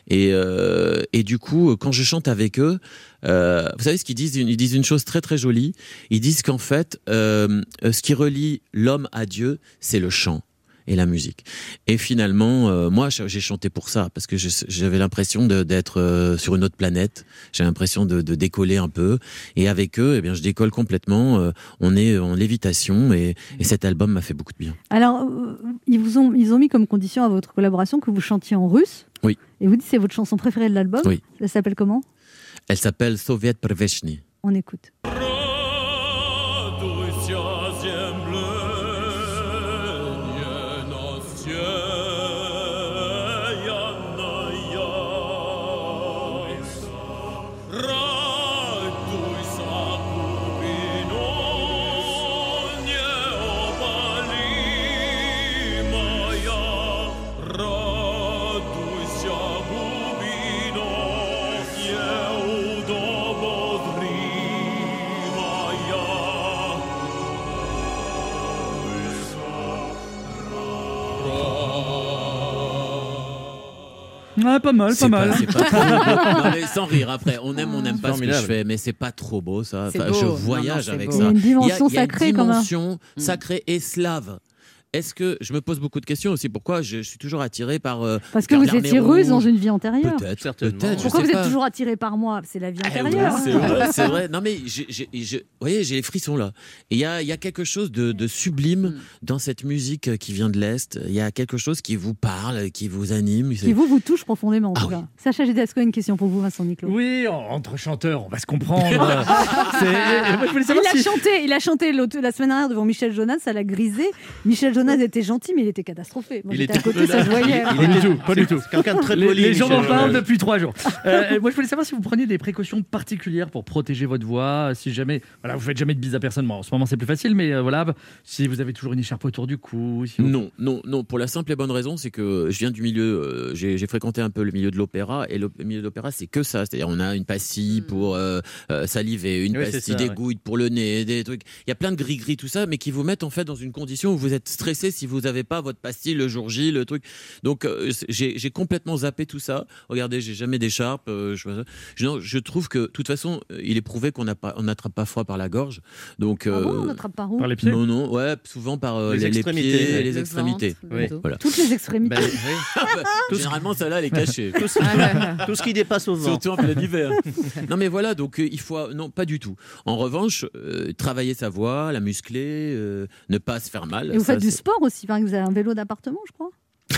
J: Et, euh, et du coup, quand je chante avec eux, euh, vous savez ce qu'ils disent Ils disent une chose très très jolie. Ils disent qu'en fait, euh, ce qui relie l'homme à Dieu, c'est le chant et la musique. Et finalement, euh, moi, ch- j'ai chanté pour ça, parce que je- j'avais l'impression de- d'être euh, sur une autre planète, j'ai l'impression de, de décoller un peu, et avec eux, eh bien, je décolle complètement, euh, on est en lévitation, et, et cet album m'a fait beaucoup de bien.
C: Alors euh, ils vous ont ils ont mis comme condition à votre collaboration que vous chantiez en russe.
J: Oui,
C: Et vous dites c'est votre chanson préférée de l'album.
J: Oui.
C: Ça s'appelle comment
J: elle s'appelle Soviet Preveshny.
C: On écoute.
L: Дуся земле насеянная. Радуйся, глубино необолимая. Радуйся, глубино неудобозримая.
A: Ouais, pas mal, pas
J: Ah, C'est
A: mal.
J: pas- c'est pas trop beau. Non, mais sans rire après, on aime,
C: Ah.
J: on n'aime pas ce
F: Formidable.
J: que je fais, mais c'est pas trop beau ça.
F: C'est
J: Enfin,
F: beau.
J: Je
F: Non, non,
J: voyage
F: c'est
J: avec ça.
F: beau. Il y a une
C: dimension
J: il y a une
C: sacrée, Mm. quand même.
J: dimension sacrée et slave. Est-ce que je me pose beaucoup de questions aussi Pourquoi je, je suis toujours attiré par euh,
C: Parce que
J: Carl
C: vous étiez
J: Armero.
C: russe dans une vie antérieure.
J: Peut-être, peut-être. je
C: Pourquoi
J: sais
C: vous êtes
J: pas.
C: toujours attiré par moi C'est la vie
J: Eh oui,
C: antérieure.
J: c'est vrai, c'est vrai. Non mais j'ai- j'ai- j'ai- vous voyez, j'ai les frissons là. Et il y a, il y a quelque chose de, de sublime
C: Mm.
J: dans cette musique euh, qui vient de l'est. Il y a quelque chose qui vous parle, qui vous anime.
C: Qui vous vous touche profondément
J: Ah
C: en tout cas. Sacha Gédasco, une question pour vous, Vincent Niclot.
A: Oui, en- entre chanteurs, on va se comprendre. C'est-
J: Ah,
A: et moi, je voulais
C: Il
A: savoir
C: a
A: si-
C: chanté, il a chanté l'autre- la semaine dernière devant Michel Jonas, ça l'a grisé. Michel Jonas était gentil, mais il était catastrophé. Moi,
A: Il
C: j'étais
A: était-
C: à côté, ça se voyait.
A: Pas du tout, pas du tout.
F: quelqu'un de très
A: Les-
F: poli,
A: Les gens
F: Michel
A: m'en parlent
F: Jonas.
A: depuis trois jours. Euh, moi, je voulais savoir si vous preniez des précautions particulières pour protéger votre voix, si jamais, voilà, vous faites jamais de bise à personne. Bon, en ce moment, c'est plus facile, mais euh, voilà, si vous avez toujours une écharpe autour du cou. si vous-
J: Non, non, non, pour la simple et bonne raison, c'est que je viens du milieu, euh, j'ai j'ai fréquenté un peu le milieu de l'opéra, et le milieu de l'opéra, c'est que ça. C'est-à-dire, on a une pastille
C: Hmm.
J: pour euh, euh, saliver, une
F: Oui, c'est
J: pastille
F: ça,
J: des
F: ouais.
J: gouttes pour le nez, des trucs. Il y a plein de gris-gris, tout ça, mais qui vous mettent en fait dans une condition où vous êtes stressé si vous n'avez pas votre pastille le jour J, le truc. Donc, euh, c'est- j'ai j'ai complètement zappé tout ça. Regardez, j'ai jamais d'écharpe. euh, je, je- non, je trouve que, de toute façon, euh, il est prouvé qu'on n'a pas- on n'attrape pas froid par la gorge. Donc,
C: Ah bon, on
J: euh,
C: attrape par où
J: Non, non, ouais, souvent par euh,
F: Les
J: les, les
F: extrémités,
J: pieds,
F: ouais. Bah,
J: les
F: Le
J: extrémités.
F: ventre, le Oui. dos.
J: Voilà. Ah bah,
C: Toutes les Ah extrémités.
J: Généralement, celle-là, elle est cachée.
F: Tout ce qui- tout ce qui dépasse au vent.
J: Surtout en plein hiver. non, mais voilà, donc euh, il faut. Non, pas du tout. En revanche, euh, travailler sa voix, la muscler, euh, ne pas se faire mal.
C: Et vous
J: ça,
C: faites du hein,
J: c'est-
C: sport aussi, par exemple, vous avez un vélo d'appartement, je crois.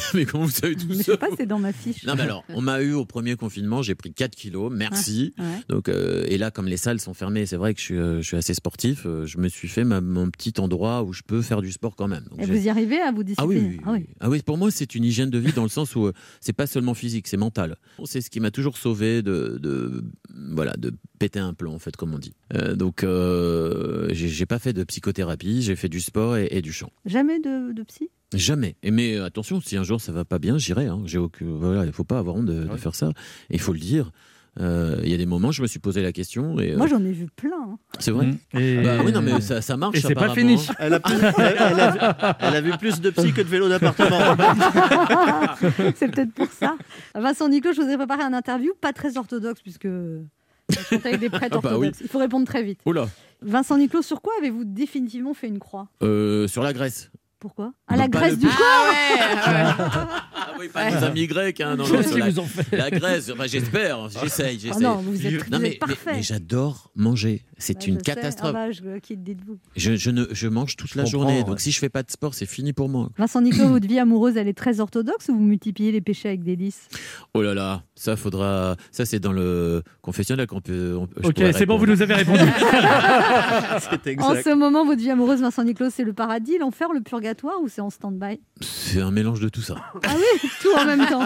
J: mais comment vous savez tout
C: Mais je
J: ça
C: sais pas, c'est dans ma fiche.
J: Non, mais alors, on m'a eu au premier confinement, j'ai pris 4 kilos, merci.
C: Ah, Ouais, ouais.
J: Donc, euh, et là, comme les salles sont fermées, c'est vrai que je suis, euh, je suis assez sportif, euh, je me suis fait ma- mon petit endroit où je peux faire du sport quand même. Donc,
C: Et
J: j'ai-
C: vous y arrivez à vous
J: Ah oui,
C: discipliner
J: oui, ah oui, pour moi, c'est une hygiène de vie dans le sens où euh, c'est pas seulement physique, c'est mental. C'est ce qui m'a toujours sauvé de, de- voilà, de péter un plomb, en fait, comme on dit. Euh, donc, euh, j'ai j'ai pas fait de psychothérapie, j'ai fait du sport et, et du chant.
C: Jamais de, de psy
J: Jamais. Et mais euh, attention, si un jour ça va pas bien, j'irai. hein. J'ai aucune- Voilà, il faut pas avoir honte de, de faire ça. Et Il faut le dire. Euh, Il y a des moments, je me suis posé la question. Et, euh,
C: Moi, j'en ai vu plein. hein,
J: c'est vrai. Bah oui, non, mais ça, ça marche.
E: Mmh. Et c'est pas
J: apparemment. hein.
E: fini.
F: Elle a, plus- elle a- elle a- elle a vu plus de psy que de vélo d'appartement.
C: c'est peut-être pour ça. Vincent Niclot, je vous ai préparé un interview pas très orthodoxe, puisque je compte avec des prêtres
J: Ah bah oui.
C: orthodoxes. Il faut répondre très vite.
J: Oula.
C: Vincent Niclot, sur quoi avez-vous définitivement fait une croix
J: Euh, sur la Grèce.
C: Pourquoi À la
J: Bah,
C: graisse
J: le-
C: du
J: Ah
C: corps
J: Oui, pas nos amis grecs. Hein, non, non,
L: Qu'est-ce
J: sur
L: qu'ils
J: la,
L: vous ont fait
J: la Grèce, enfin, j'espère, j'essaye, j'essaye.
C: Ah non, vous êtes- vous
J: mais,
C: êtes
J: mais-
C: parfait.
J: mais j'adore manger, c'est
C: Bah,
J: une
C: je sais.
J: catastrophe.
C: Ah bah, je- qui dites-vous
J: je, je ne, je mange toute la
M: comprends,
J: journée,
M: ouais.
J: donc si je fais pas de sport, c'est fini pour moi.
C: Vincent Niclot, votre vie amoureuse, elle est très orthodoxe ou vous multipliez les péchés avec des lices
J: Oh là là, ça faudra, ça c'est dans le confessionnal qu'on peut. on- je
A: Ok,
J: pourrais
A: c'est bon,
J: répondre.
A: vous nous avez répondu.
F: c'est
C: En ce moment, votre vie amoureuse, Vincent Niclot, c'est le paradis, l'enfer, le purgatoire ou c'est en stand-by
J: C'est un mélange de tout ça.
C: Ah oui, tout en même temps.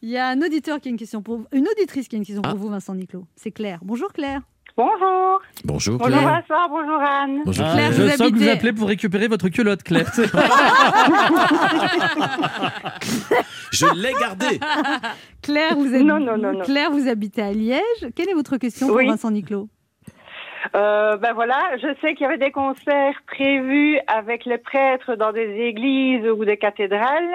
C: Il y a un auditeur qui a une question pour vous, une auditrice qui a une question
J: Ah.
C: pour vous, Vincent Niclot. C'est Claire. Bonjour Claire.
O: Bonjour.
J: Bonjour
O: Bonjour Vincent, bonjour Anne.
A: Claire,
E: je
A: vous
E: sens que vous
A: habitez-
E: appelez pour récupérer votre culotte, Claire.
J: Je l'ai gardé.
C: Claire, vous êtes-
O: Non, non, non, non.
C: Claire, vous habitez à Liège. Quelle est votre question
O: Oui.
C: pour Vincent Niclot
O: Euh, ben voilà, je sais qu'il y avait des concerts prévus avec les prêtres dans des églises ou des cathédrales,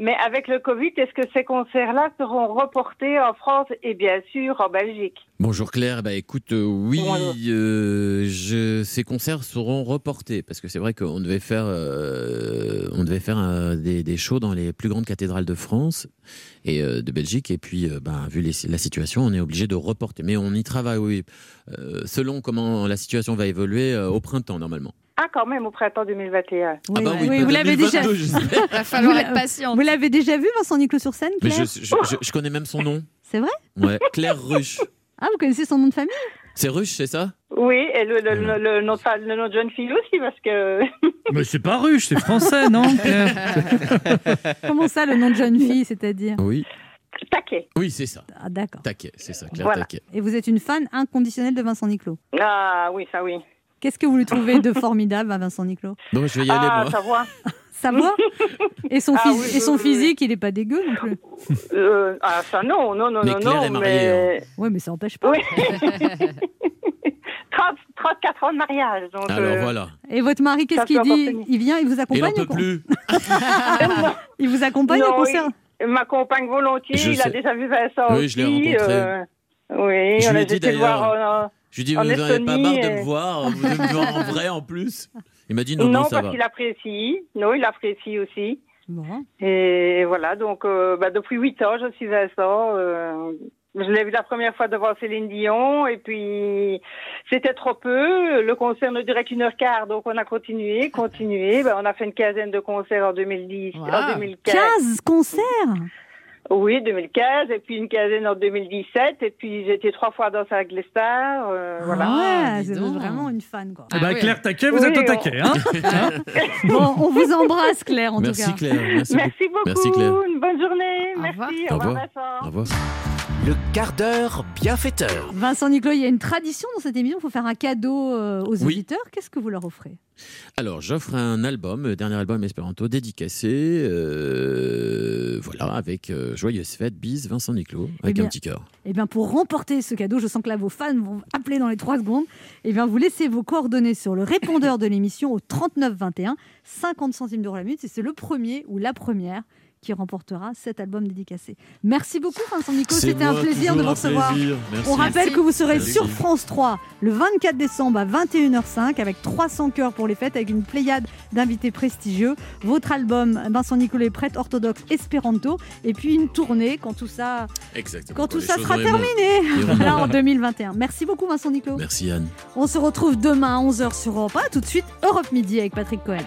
O: mais avec le Covid, est-ce que ces concerts-là seront reportés en France et bien sûr en Belgique
J: Bonjour Claire, bah écoute, euh, oui, euh, je, ces concerts seront reportés parce que c'est vrai qu'on devait faire, euh, on devait faire euh, des, des shows dans les plus grandes cathédrales de France et euh, de Belgique et puis, euh, bah, vu les- la situation, on est obligé de reporter. Mais on y travaille, oui, Euh, selon comment la situation va évoluer euh, au printemps normalment.
O: Ah, quand même, au printemps
J: Ah
O: 2021.
J: bah oui, pas
C: vous l'avez déjà.
J: 2022, j'espère.
C: va falloir être patient. Vous l'avez déjà vu Vincent Niclot sur scène,
J: Mais
C: Claire
J: je, je, je- je connais même son nom.
C: C'est vrai
J: Ouais, Claire Ruche.
C: Ah, vous connaissez son nom de famille
J: C'est Ruche, c'est ça
O: Oui, et le, le, le, le- notre, fa- le- notre jeune fille aussi, parce que.
E: mais c'est pas ruche, c'est français, non
C: Comment ça, le nom de jeune fille, c'est-à-dire
J: Oui.
O: Taquet.
J: Oui, c'est ça.
C: Ah d'accord.
J: Taquet, c'est ça, Claire
C: Voilà.
J: Taquet.
C: Et vous êtes une fan inconditionnelle de Vincent Niclot.
O: Ah oui, ça oui.
C: Qu'est-ce que vous lui trouvez de formidable à Vincent Niclot
J: Bon, je vais y
O: ah,
J: aller, moi.
O: ça voit.
C: Sa voix et son,
O: Ah
C: phys-
O: oui,
C: et son
O: oui, oui.
C: physique, il est pas dégueu non plus.
O: Euh, ah, ça non, non, non,
C: Mais
O: non,
C: Claire
O: non,
C: est mariée,
J: hein.
O: mais.
C: Ouais, mais ça empêche pas.
O: 30, 34 ans de mariage. Donc,
J: Alors
O: euh,
J: voilà.
C: Et votre mari, qu'est-ce
O: Ça
C: qu'il
O: peut
C: dit
O: renseigner.
C: Il vient, il vous
J: Il en
C: accompagne
J: peut
C: au con-
J: plus.
C: Il vous accompagne
O: Non,
C: au concert
O: il- Il m'accompagne volontiers.
J: Je
O: il
J: sais.
O: a déjà vu Vincent
J: Oui, je l'ai
O: aussi,
J: rencontré.
O: euh, oui,
J: Je
O: on
J: lui
O: a
J: ai dit
O: été le
J: d'ailleurs.
O: voir en-
J: Je lui dis,
O: en
J: vous n'avez pas
O: Estonie, euh.
J: marre de
O: et-
J: me voir, vous voulez me voir en vrai en plus Il m'a dit, non,
O: Non,
J: non, ça
O: parce
J: va.
O: qu'il apprécie. Non, il apprécie aussi. Et voilà, donc euh, bah, depuis 8 ans, je suis Vincent. euh, je l'ai vu la première fois devant Céline Dion et puis c'était trop peu. Le concert ne durait qu'une heure quart, donc on a continué, continué. Bah, on a fait une quinzaine de concerts en 2010, en 2015.
C: 15 concerts
O: Oui, 2015, et puis une quinzaine en 2017, et puis j'étais trois fois dans sa Glestar. euh, voilà.
C: Ah
J: Ah,
C: Ouais, c'est vraiment une fan quoi.
E: Eh ben, Claire Taquet, vous
O: Oui,
E: êtes au
O: on-
E: taquet. Hein
C: Bon, on vous embrasse Claire en
E: Merci,
C: tout cas.
E: Claire. Merci
O: Merci beaucoup,
E: beaucoup. Merci, Claire.
O: une bonne journée. Merci,
B: Au
O: au revoir,
B: revoir.
O: Vincent.
B: Le quart d'heure bienfaiteur.
C: Vincent Niclot, il y a une tradition dans cette émission, il faut faire un cadeau euh, aux
J: Oui.
C: auditeurs. Qu'est-ce que vous leur offrez
J: Alors, j'offre un album, euh, dernier album Espéranto, dédicacé, euh, voilà, avec euh, Joyeuse Fête, Bise, Vincent Niclot, avec
C: bien,
J: un petit cœur.
C: Eh bien, pour remporter ce cadeau, je sens que là, vos fans vont appeler dans les 3 secondes. Eh bien, vous laissez vos coordonnées sur le répondeur de l'émission au 3921, 50 centimes d'euros la minute. Et c'est le premier ou la première qui remportera cet album dédicacé. Merci beaucoup, Vincent Nico.
L: C'est
C: C'était un
L: moi,
C: plaisir de
L: toujours
C: vous
L: un
C: recevoir.
L: plaisir. Merci.
C: On rappelle
L: Merci.
C: que vous serez
L: Salut.
C: sur France 3 le 24 décembre à 21h05 avec 300 cœurs pour les fêtes, avec une pléiade d'invités prestigieux. Votre album, Vincent Nicolet, prêtre orthodoxe, Esperanto. Et puis une tournée quand tout ça
J: Exactement.
C: quand tout
J: les
C: ça
J: choses
C: sera
J: auront- et
C: terminé
J: remontent.
C: là en 2021. Merci beaucoup Vincent Niclot.
J: Merci Anne.
C: On se retrouve demain à 11h sur Europe 1. Tout de suite Europe Midi avec Patrick Cohen.